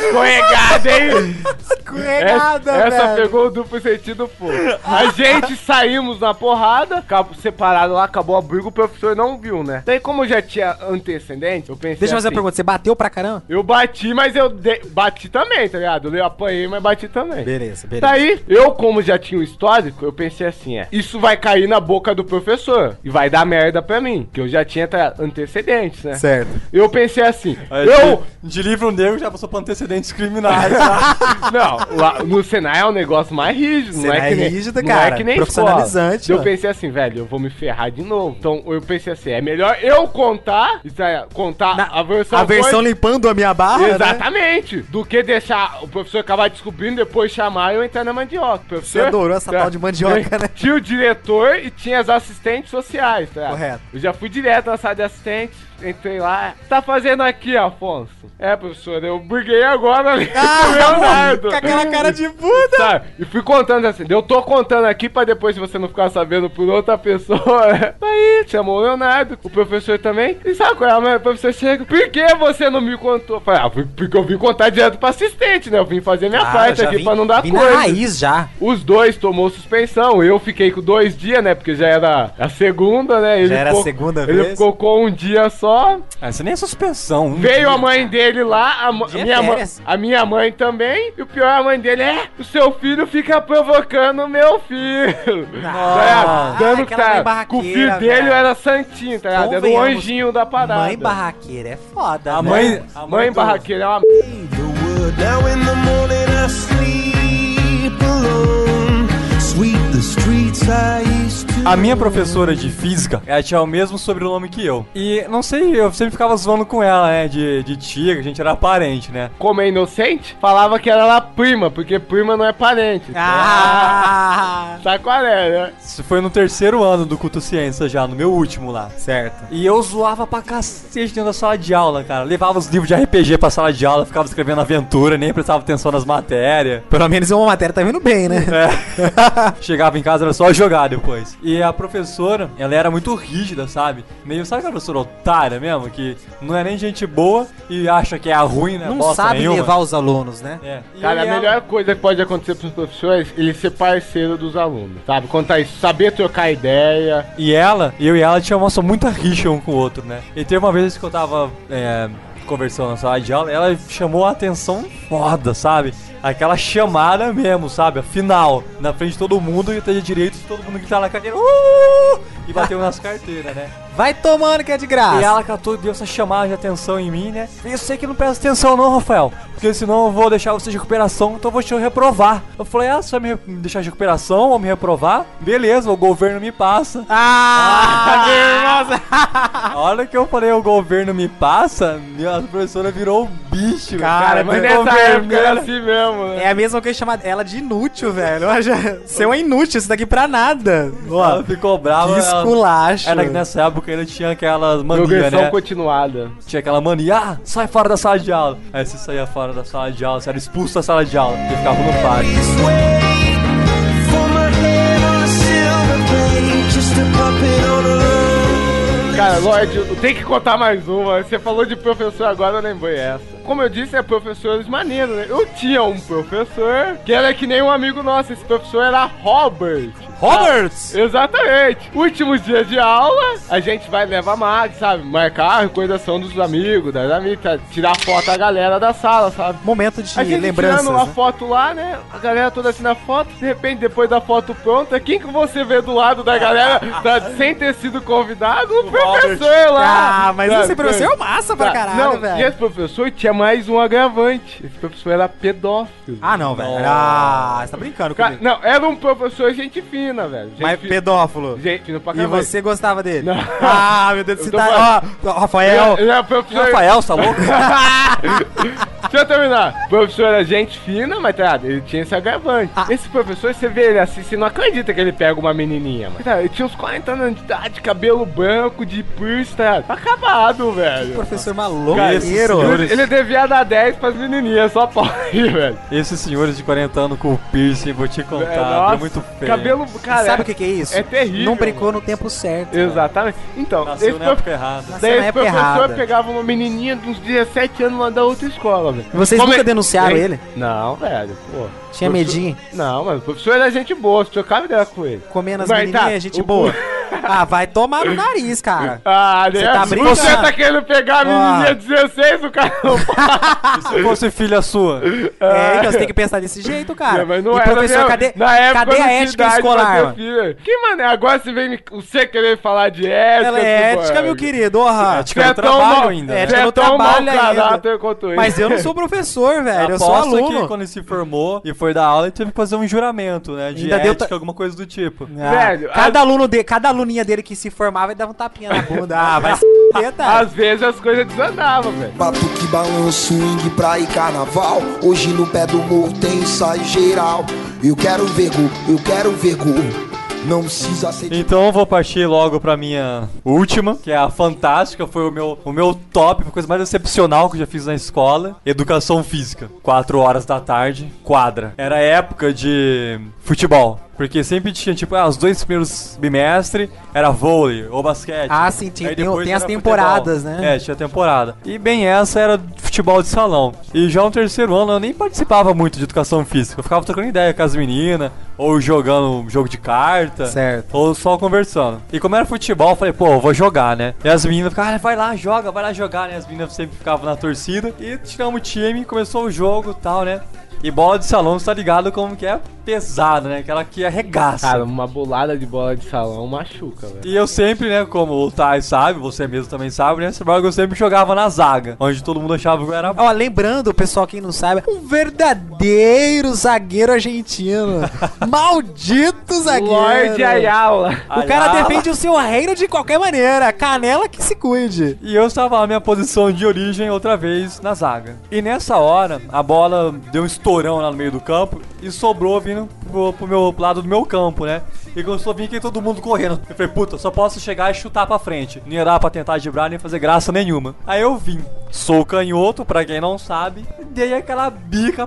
Speaker 2: Escorregada, hein?
Speaker 4: Escorregada,
Speaker 2: essa, essa
Speaker 4: velho.
Speaker 2: pegou o duplo sentido, pô. A gente saímos na porrada, acabou separado lá, acabou a briga, o professor não viu, né? Daí, como eu já tinha antecedente, eu pensei.
Speaker 4: Deixa eu fazer uma
Speaker 2: assim,
Speaker 4: pergunta. Você bateu pra caramba?
Speaker 2: Eu bati, mas eu de- bati também, tá ligado? Eu apanhei, mas bati também.
Speaker 4: Beleza, beleza.
Speaker 2: Daí, eu, como já tinha o histórico, eu pensei assim: é, isso vai cair na boca do professor e vai dar merda pra mim, que eu já tinha tá, antecedentes, né?
Speaker 4: Certo.
Speaker 2: Eu pensei assim: eu.
Speaker 3: Eu... De livro negro já passou pra antecedentes criminais. tá?
Speaker 2: Não, lá no Senai é um negócio mais rígido, não
Speaker 4: Senai
Speaker 2: é que nem,
Speaker 4: rígido,
Speaker 2: não
Speaker 4: cara,
Speaker 2: é que nem
Speaker 4: profissionalizante,
Speaker 2: escola. Eu
Speaker 4: mano.
Speaker 2: pensei assim, velho, eu vou me ferrar de novo. Então eu pensei assim, é melhor eu contar, isso aí, contar
Speaker 4: Na-
Speaker 2: a versão
Speaker 4: a versão
Speaker 2: dois-
Speaker 4: limpando a minha barra, né?
Speaker 2: Exatamente. Do que deixar o professor acabar descobrindo, depois chamar e eu entrar na mandioca. O professor-
Speaker 4: Você adorou essa tal de mandioca, né?
Speaker 2: Tinha o diretor e tinha as assistentes sociais, tá?
Speaker 4: Correto.
Speaker 2: Eu já fui direto na sala de assistentes, entrei lá. Tá fazendo aqui, Afonso? É, professor, eu briguei agora ali com o
Speaker 3: um
Speaker 2: Leonardo.
Speaker 4: Ah, Com aquela cara de puta.
Speaker 2: Sabe? E fui contando assim. Eu tô contando aqui pra depois, se você não ficar sabendo por outra pessoa. né? Aí, chamou o Leonardo, o professor também. E sabe qual é? Mas O professor chega. Por que você não me contou? Eu Falei, ah, fui- porque eu vim contar direto pra assistente, né? Eu vim fazer
Speaker 3: Tá
Speaker 2: minha parte aqui pra não dar
Speaker 4: Ah, vim
Speaker 2: coisa.
Speaker 4: na raiz já.
Speaker 2: Os dois tomou suspensão. Eu fiquei com dois dias, né? Porque já era a segunda, né? Ele
Speaker 4: era a segunda
Speaker 2: ele
Speaker 4: vez.
Speaker 2: ficou com um dia só.
Speaker 3: Ah, isso nem é suspensão. um
Speaker 2: Veio
Speaker 3: dia.
Speaker 2: a mãe dele lá, a, ma-
Speaker 4: Dia
Speaker 2: minha, mãe-
Speaker 4: férias.
Speaker 2: a minha mãe também. E o pior, a mãe dele é: o seu filho fica provocando o meu filho. Tá
Speaker 4: Ah,
Speaker 2: ligado? Dando
Speaker 4: aquela mãe
Speaker 2: tá,
Speaker 4: barraqueira,
Speaker 2: com o filho dele
Speaker 4: velho.
Speaker 2: eu era santinho, tá ligado? Era o
Speaker 4: Convenhamos,
Speaker 2: anjinho da parada.
Speaker 4: Mãe barraqueira é foda,
Speaker 3: Tá A
Speaker 4: né?
Speaker 3: mãe...
Speaker 2: A mãe, barraqueira é uma.
Speaker 9: the wood. Now in the morning I sleep alone. Sweep the streets I used to.
Speaker 3: A minha professora de física, ela tinha o mesmo sobrenome que eu. E não sei, eu sempre ficava zoando com ela, né? De, de tia, que a gente era parente, né?
Speaker 2: Como é inocente, falava que era lá prima, porque prima não é parente.
Speaker 4: Ah!
Speaker 2: Sabe qual é, né?
Speaker 3: Isso foi no terceiro ano do Culto Ciência já, no meu último lá.
Speaker 4: Certo.
Speaker 3: E eu zoava pra cacete dentro da sala de aula, cara. Levava os livros de RPG pra sala de aula, ficava escrevendo aventura, nem prestava atenção nas matérias.
Speaker 4: Pelo menos uma matéria tá vindo bem, né?
Speaker 3: É. Chegava em casa, era só jogar depois. E a professora, ela era muito rígida, sabe? Meio, sabe aquela professora otária mesmo? Que não é nem gente boa e acha que é a ruim, né?
Speaker 4: Não
Speaker 3: Bosta
Speaker 4: sabe
Speaker 3: nenhuma.
Speaker 4: levar os alunos, né?
Speaker 3: É. E
Speaker 2: Cara, a
Speaker 3: ela-
Speaker 2: melhor coisa que pode acontecer pros professores é ele ser parceiro dos alunos, sabe? Contar isso, saber trocar ideia,
Speaker 3: E ela, eu e ela tinha nossa muita rixa um com o outro, né? E teve uma vez que eu tava é, conversando na sala de aula, ela chamou a atenção foda, sabe? Aquela chamada mesmo, sabe? A final, na frente de todo mundo e ter direito de todo mundo gritar na carteira. "Uh!" E bateu nas carteiras, né?
Speaker 4: Vai tomando que é de graça.
Speaker 3: E ela catou e deu essa chamada de atenção em mim, né? E eu sei que não presta atenção não, Rafael. Porque senão eu vou deixar você de recuperação, então eu vou te reprovar. Eu falei, ah, você vai me re- me deixar de recuperação ou me reprovar? Beleza, o governo me passa.
Speaker 4: Ah!
Speaker 3: A hora que eu falei o governo me passa, minha professora virou um bicho.
Speaker 4: Cara,
Speaker 2: Mas
Speaker 4: mas
Speaker 3: virou
Speaker 2: nessa época era
Speaker 3: vermelha.
Speaker 2: assim mesmo, né?
Speaker 4: É a mesma coisa chamada ela de inútil, velho. Ela já- Você é um inútil, isso daqui pra nada. Ó,
Speaker 3: Ela ficou brava.
Speaker 4: que
Speaker 3: ela-
Speaker 4: esculacho.
Speaker 3: Era que nessa época ainda tinha aquela mania,
Speaker 2: Progressão
Speaker 3: né?
Speaker 2: continuada.
Speaker 3: Tinha aquela mania, ah, sai fora da sala de aula. Aí você saía fora da sala de aula, você era expulso da sala de aula e ficava no pátio.
Speaker 9: Please wait for my head on a silver plate, just a puppet on a
Speaker 2: Cara, Lorde, eu tenho que contar mais uma. Você falou de professor agora, eu lembrei essa. como eu disse, é professores maneiros, né? Eu tinha um professor que era que nem um amigo nosso. Esse professor era Robert.
Speaker 4: Roberts!
Speaker 2: Exatamente. Últimos dias de aula, a gente vai levar mais, sabe? Marcar a recordação dos amigos, das amigas, tirar foto da galera da sala, sabe?
Speaker 4: Momento de
Speaker 2: A gente
Speaker 4: lembranças.
Speaker 2: tirando uma
Speaker 4: né?
Speaker 2: foto lá, né? A galera toda assim na foto, de repente, depois da foto pronta, quem que você vê do lado da galera da- sem ter sido convidado? O professor lá!
Speaker 4: Ah, mas
Speaker 2: Sabe,
Speaker 4: esse professor
Speaker 2: sabe?
Speaker 4: é massa pra caralho,
Speaker 2: Não,
Speaker 4: velho.
Speaker 2: e esse professor tinha mais um agravante. Esse professor era pedófilo.
Speaker 4: Ah, não, velho. Ah, você tá brincando
Speaker 2: Ca-
Speaker 4: comigo.
Speaker 2: Não, era um professor gente fina, velho. Gente
Speaker 4: Mas
Speaker 2: fi-
Speaker 4: pedófilo.
Speaker 2: Gente fina pra
Speaker 4: E
Speaker 2: caralho.
Speaker 4: você gostava dele?
Speaker 2: Não.
Speaker 4: Ah, meu Deus,
Speaker 2: Eu
Speaker 4: você
Speaker 2: tô
Speaker 4: tá...
Speaker 2: falando.
Speaker 4: Ó,
Speaker 2: Ele
Speaker 4: Rafael...
Speaker 2: era- ele era professor...
Speaker 3: Rafael, tá louco?
Speaker 2: Deixa eu terminar. O professor era gente fina, mas tá, ligado? ele tinha esse agravante.
Speaker 4: Ah.
Speaker 2: Esse professor, você vê ele assim, você não acredita que ele pega uma menininha, mano. Tá, ligado? ele tinha uns 40 anos de idade, cabelo branco, de piercing, tá ligado? acabado, velho.
Speaker 4: Professor
Speaker 3: senhor.
Speaker 4: maloqueiro.
Speaker 2: Ele, ele devia dar 10 pras menininhas, só pode, velho.
Speaker 3: Esses senhores de 40 anos com o piercing, vou te contar,
Speaker 2: É,
Speaker 3: é, muito feio.
Speaker 2: cabelo, cara.
Speaker 4: Sabe o que, que é isso?
Speaker 2: é terrível,
Speaker 4: Não brincou
Speaker 2: mano.
Speaker 4: no tempo certo.
Speaker 2: Exatamente. Então,
Speaker 3: Nasceu
Speaker 2: esse
Speaker 3: na época
Speaker 2: prof-
Speaker 3: errada.
Speaker 4: Nasceu
Speaker 2: Daí
Speaker 4: Tá na
Speaker 2: esse
Speaker 4: época
Speaker 2: professor
Speaker 4: errada.
Speaker 2: pegava uma menininha de uns 17 anos lá da outra escola, velho.
Speaker 4: Vocês nunca
Speaker 2: é-
Speaker 4: denunciaram
Speaker 2: é-
Speaker 4: ele?
Speaker 2: Não, velho, pô.
Speaker 4: Tinha
Speaker 2: Professor-
Speaker 4: medinho?
Speaker 2: Não, mano, o professor era gente boa, se trocava ideia com ele.
Speaker 4: Comendo as
Speaker 2: Mas
Speaker 4: menininhas,
Speaker 2: tá,
Speaker 4: gente
Speaker 2: o-
Speaker 4: boa.
Speaker 2: o-
Speaker 4: Ah, vai tomar no nariz, cara.
Speaker 2: Ah, né?
Speaker 4: Você tá brincando?
Speaker 2: Você tá querendo pegar a menininha de 16, o cara não
Speaker 3: E se fosse filha sua?
Speaker 4: É, então você tem que pensar desse jeito, cara.
Speaker 2: Ah. Não, mas não
Speaker 4: e
Speaker 2: era
Speaker 4: professor,
Speaker 2: mesmo.
Speaker 4: cadê,
Speaker 2: Na época
Speaker 4: cadê
Speaker 2: eu não
Speaker 4: a
Speaker 2: tinha
Speaker 4: ética
Speaker 2: idade pra ter
Speaker 4: escolar? mano?
Speaker 2: filho. Que mané, agora você vem me- você querer falar de ética.
Speaker 4: Ela é
Speaker 2: tipo,
Speaker 4: ética, meu querido. Orra.
Speaker 3: Ética.
Speaker 2: Você é
Speaker 3: no
Speaker 2: tão
Speaker 3: trabalho
Speaker 2: mau-
Speaker 3: ainda,
Speaker 2: você
Speaker 3: né?
Speaker 4: Ética
Speaker 2: é
Speaker 4: no
Speaker 2: tão mau
Speaker 4: trabalho ainda.
Speaker 2: caráter quanto isso.
Speaker 4: Mas eu não sou professor, velho. Eu sou
Speaker 3: Aposto que
Speaker 4: aluno.
Speaker 3: quando ele se formou e foi dar aula, ele teve que fazer um juramento, né? De
Speaker 4: Ainda deu
Speaker 3: ética,
Speaker 4: ta-
Speaker 3: alguma coisa do tipo.
Speaker 4: Ah,
Speaker 2: Velho,
Speaker 4: cada aluno dele, cada aluninha dele que se formava, ele dava um tapinha na bunda. Ah, vai se fuder, tá?
Speaker 2: Às vezes as coisas desandavam, velho.
Speaker 9: Batuque, balanço, swing, praia e carnaval. Hoje no pé do morro tem ensaio geral. Eu quero ver, gol, eu quero ver, gol. Não precisa ser de
Speaker 3: Então eu vou partir logo pra minha última, que é a fantástica, foi o meu, o meu top, a coisa mais excepcional que eu já fiz na escola. Educação física. 4 horas da tarde, quadra. Era época de futebol. Porque sempre tinha, tipo, ah, os dois primeiros bimestres era vôlei ou basquete.
Speaker 4: Ah, sim, tinha-
Speaker 3: Aí
Speaker 4: tem-
Speaker 3: depois
Speaker 4: tem
Speaker 3: era
Speaker 4: as temporadas,
Speaker 3: futebol.
Speaker 4: né?
Speaker 3: É, tinha temporada. E bem, essa era futebol de salão. E já no terceiro ano eu nem participava muito de educação física. Eu ficava trocando ideia com as meninas, ou jogando um jogo de carta.
Speaker 4: Certo.
Speaker 3: Ou só conversando. E como era futebol, eu falei, pô, eu vou jogar, né? E as meninas ficavam, ah, vai lá, joga, vai lá jogar, né? As meninas sempre ficavam na torcida. E tiramos o time, começou o jogo e tal, né? E bola de salão, você tá ligado como que é pesado, né? Aquela que arregaça.
Speaker 2: Cara, uma bolada de bola de salão machuca, velho.
Speaker 3: E eu sempre, né, como o Thay sabe, você mesmo também sabe, né? Esse barco eu sempre jogava na zaga, onde todo mundo achava que eu era
Speaker 4: Ó, lembrando, pessoal, quem não sabe, um verdadeiro zagueiro argentino. Maldito zagueiro.
Speaker 2: Lorde Ayala.
Speaker 4: O cara
Speaker 3: Ayala.
Speaker 4: defende o seu reino de qualquer maneira. Canela que se cuide.
Speaker 3: E eu estava na minha posição de origem outra vez na zaga. E nessa hora, a bola deu um estourão lá no meio do campo e sobrou vindo pro, pro meu pro lado do meu campo, né? E começou a vir aqui todo mundo correndo. Eu falei, puta, só posso chegar e chutar pra frente. Nem era pra tentar driblar, nem fazer graça nenhuma. Aí eu vim. Sou canhoto, pra quem não sabe, e dei aquela bica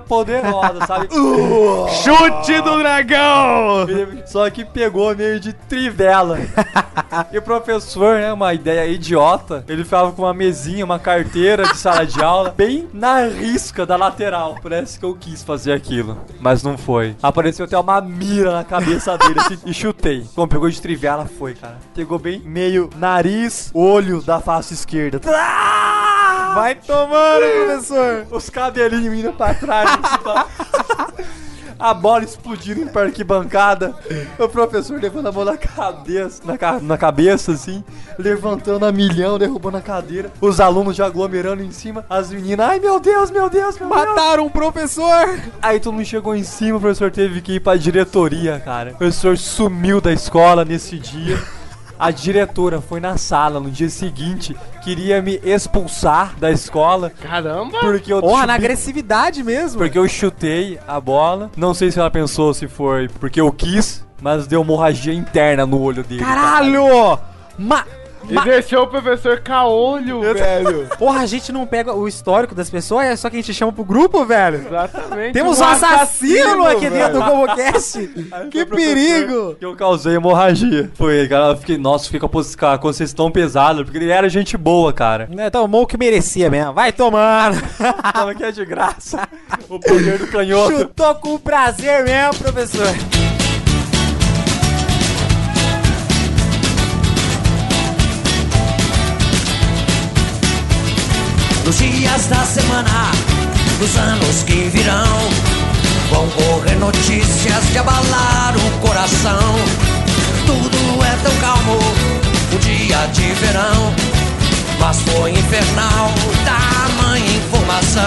Speaker 3: poderosa, sabe? Uh!
Speaker 2: Chute do dragão!
Speaker 3: Só que pegou meio de trivela. e o professor, né, uma ideia idiota, ele ficava com uma mesinha, uma carteira de sala de aula, bem na risca da lateral. Parece que eu quis fazer aquilo, mas não foi. Apareceu até uma mira na cabeça dele assim, e chutei. Como pegou de trivela, foi, cara. Pegou bem meio nariz, olho da face esquerda.
Speaker 4: Vai tomando, professor.
Speaker 3: Os cabelinhos indo pra trás. assim, tá? A bola explodindo em arquibancada. O professor levando a mão na cabeça, na, ca- na cabeça, assim, levantando a milhão, derrubando a cadeira. Os alunos já aglomerando em cima. As meninas, ai meu Deus, meu Deus, meu Deus.
Speaker 4: Mataram um professor.
Speaker 3: Aí todo mundo chegou em cima, o professor teve que ir pra diretoria, cara. O professor sumiu da escola nesse dia. A diretora foi na sala no dia seguinte, queria me expulsar da escola
Speaker 2: Caramba!
Speaker 3: porque eu
Speaker 4: Porra,
Speaker 3: chutei-
Speaker 4: na agressividade mesmo.
Speaker 3: porque eu chutei a bola. Não sei se ela pensou se foi
Speaker 2: tá
Speaker 3: porque eu quis, mas deu hemorragia interna no olho dele.
Speaker 4: Caralho! Ma
Speaker 2: E deixou o professor caolho, velho.
Speaker 4: Porra, a gente não pega o histórico das pessoas, é só que a gente chama pro grupo, velho.
Speaker 2: Exatamente.
Speaker 4: Temos um
Speaker 2: um
Speaker 4: assassino aqui
Speaker 2: velho.
Speaker 4: dentro do Comocast. que perigo.
Speaker 3: Que eu causei hemorragia. Foi, cara, eu fiquei, nossa, fiquei com a pos- com a consciência tão pesada, porque ele era gente boa, cara.
Speaker 4: Né, Tomou o que merecia mesmo. Vai tomando.
Speaker 3: Tava que é de graça. O poder do canhoto.
Speaker 4: Chutou com prazer mesmo, professor.
Speaker 5: Nos dias da semana, nos anos que virão, vão correr notícias de abalar o coração. Tudo é tão calmo, o dia de verão, mas foi infernal, tamanha informação.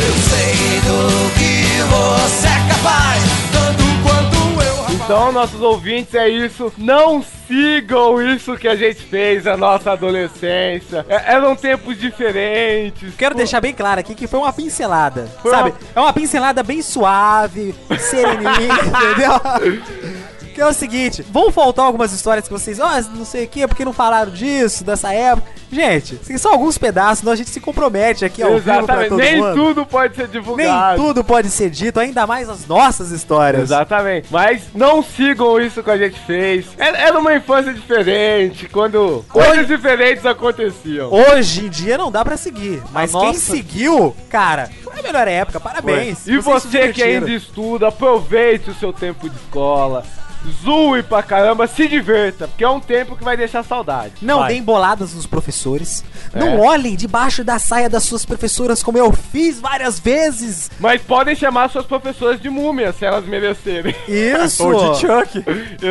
Speaker 5: Eu sei do que você é capaz, tanto quanto eu.
Speaker 2: Então, nossos ouvintes, é isso. Não sigam isso que a gente fez na nossa adolescência. É- eram tempos diferentes.
Speaker 4: Quero deixar bem claro aqui que foi uma pincelada,
Speaker 2: Foi
Speaker 4: sabe?
Speaker 2: uma-
Speaker 4: É uma pincelada bem suave, sereninha, entendeu? Que é o seguinte, vão faltar algumas histórias que vocês, ó, não sei o que, porque não falaram disso, dessa época. Gente, assim, só alguns pedaços, senão a gente se compromete aqui ao vivo pra
Speaker 2: Exatamente.
Speaker 4: todo
Speaker 2: Nem
Speaker 4: mundo.
Speaker 2: tudo é pode ser
Speaker 4: Nem
Speaker 2: divulgado.
Speaker 4: tudo pode ser dito, ainda mais as nossas histórias.
Speaker 2: Exatamente. Mas não sigam isso que a gente fez. Era era uma infância diferente, quando coisas diferentes aconteciam.
Speaker 4: Hoje em dia não dá pra seguir, mas quem
Speaker 3: nossa-
Speaker 4: seguiu, cara, foi a melhor época, parabéns.
Speaker 2: E
Speaker 4: Vocês se
Speaker 2: você que
Speaker 4: divertiram.
Speaker 2: ainda estuda, aproveite o seu tempo de escola. Zoe pra caramba, se divirta, porque é um tempo que vai deixar saudade.
Speaker 4: Não
Speaker 3: Vai.
Speaker 4: deem boladas nos professores.
Speaker 2: É.
Speaker 4: Não olhem debaixo da saia das suas professoras, como eu fiz várias vezes.
Speaker 2: Mas podem chamar suas professoras de múmia, se elas merecerem.
Speaker 4: Isso.
Speaker 3: Ou de Chuck.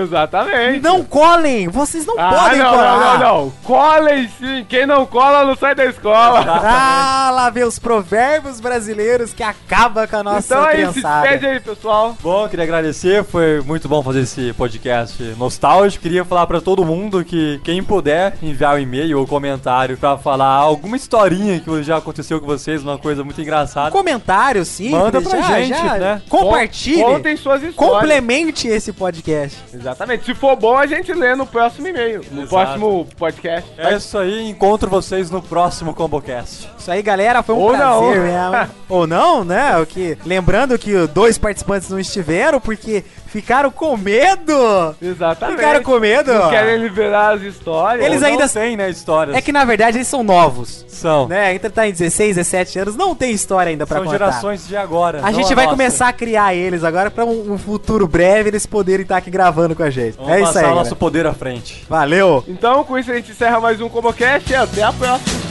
Speaker 2: Exatamente.
Speaker 4: não colhem. Vocês não
Speaker 2: ah,
Speaker 4: podem
Speaker 2: não,
Speaker 4: colar.
Speaker 2: não, não, não. Colem sim. Quem não cola não sai da escola.
Speaker 4: Ah, lá vem os provérbios brasileiros que acaba com a nossa
Speaker 2: então é isso. Se
Speaker 4: criançada.
Speaker 2: despede aí, pessoal.
Speaker 3: Bom, queria agradecer, foi muito bom fazer esse podcast nostálgico. Queria falar pra todo mundo que quem puder enviar um e-mail ou comentário pra falar alguma historinha que já aconteceu com vocês, uma coisa muito engraçada.
Speaker 4: Comentário, sim.
Speaker 3: Manda pra gente, né?
Speaker 4: Compartilhe.
Speaker 2: Con- Contem suas histórias.
Speaker 4: Complemente esse podcast.
Speaker 2: Exatamente. Se for bom, a gente lê no próximo e-mail. No
Speaker 3: Exato.
Speaker 2: próximo podcast.
Speaker 3: É isso aí, encontro vocês no próximo Combocast.
Speaker 4: Isso aí, galera, foi um
Speaker 2: Ou
Speaker 4: prazer
Speaker 2: não.
Speaker 4: mesmo. Ou não, né? O que... Lembrando que dois participantes não estiveram porque ficaram com medo.
Speaker 2: Exatamente.
Speaker 4: Ficaram com medo.
Speaker 2: Não querem liberar as histórias.
Speaker 4: Eles
Speaker 3: Ou
Speaker 4: ainda-
Speaker 3: não têm, né, histórias.
Speaker 4: É que na verdade eles são novos.
Speaker 3: são.
Speaker 4: Né? Então tá em 16, 17 anos, não tem história ainda pra
Speaker 3: São
Speaker 4: contar.
Speaker 3: gerações de agora.
Speaker 4: A
Speaker 3: não
Speaker 4: gente vai
Speaker 3: nossa.
Speaker 4: começar a criar eles agora pra um, um futuro breve eles poderem estar aqui gravando com a gente.
Speaker 3: Vamos
Speaker 4: é isso
Speaker 3: passar
Speaker 4: aí.
Speaker 3: o
Speaker 4: galera.
Speaker 3: nosso poder à frente.
Speaker 4: Valeu!
Speaker 2: Então, com isso, a gente encerra mais um Comocast e até a próxima.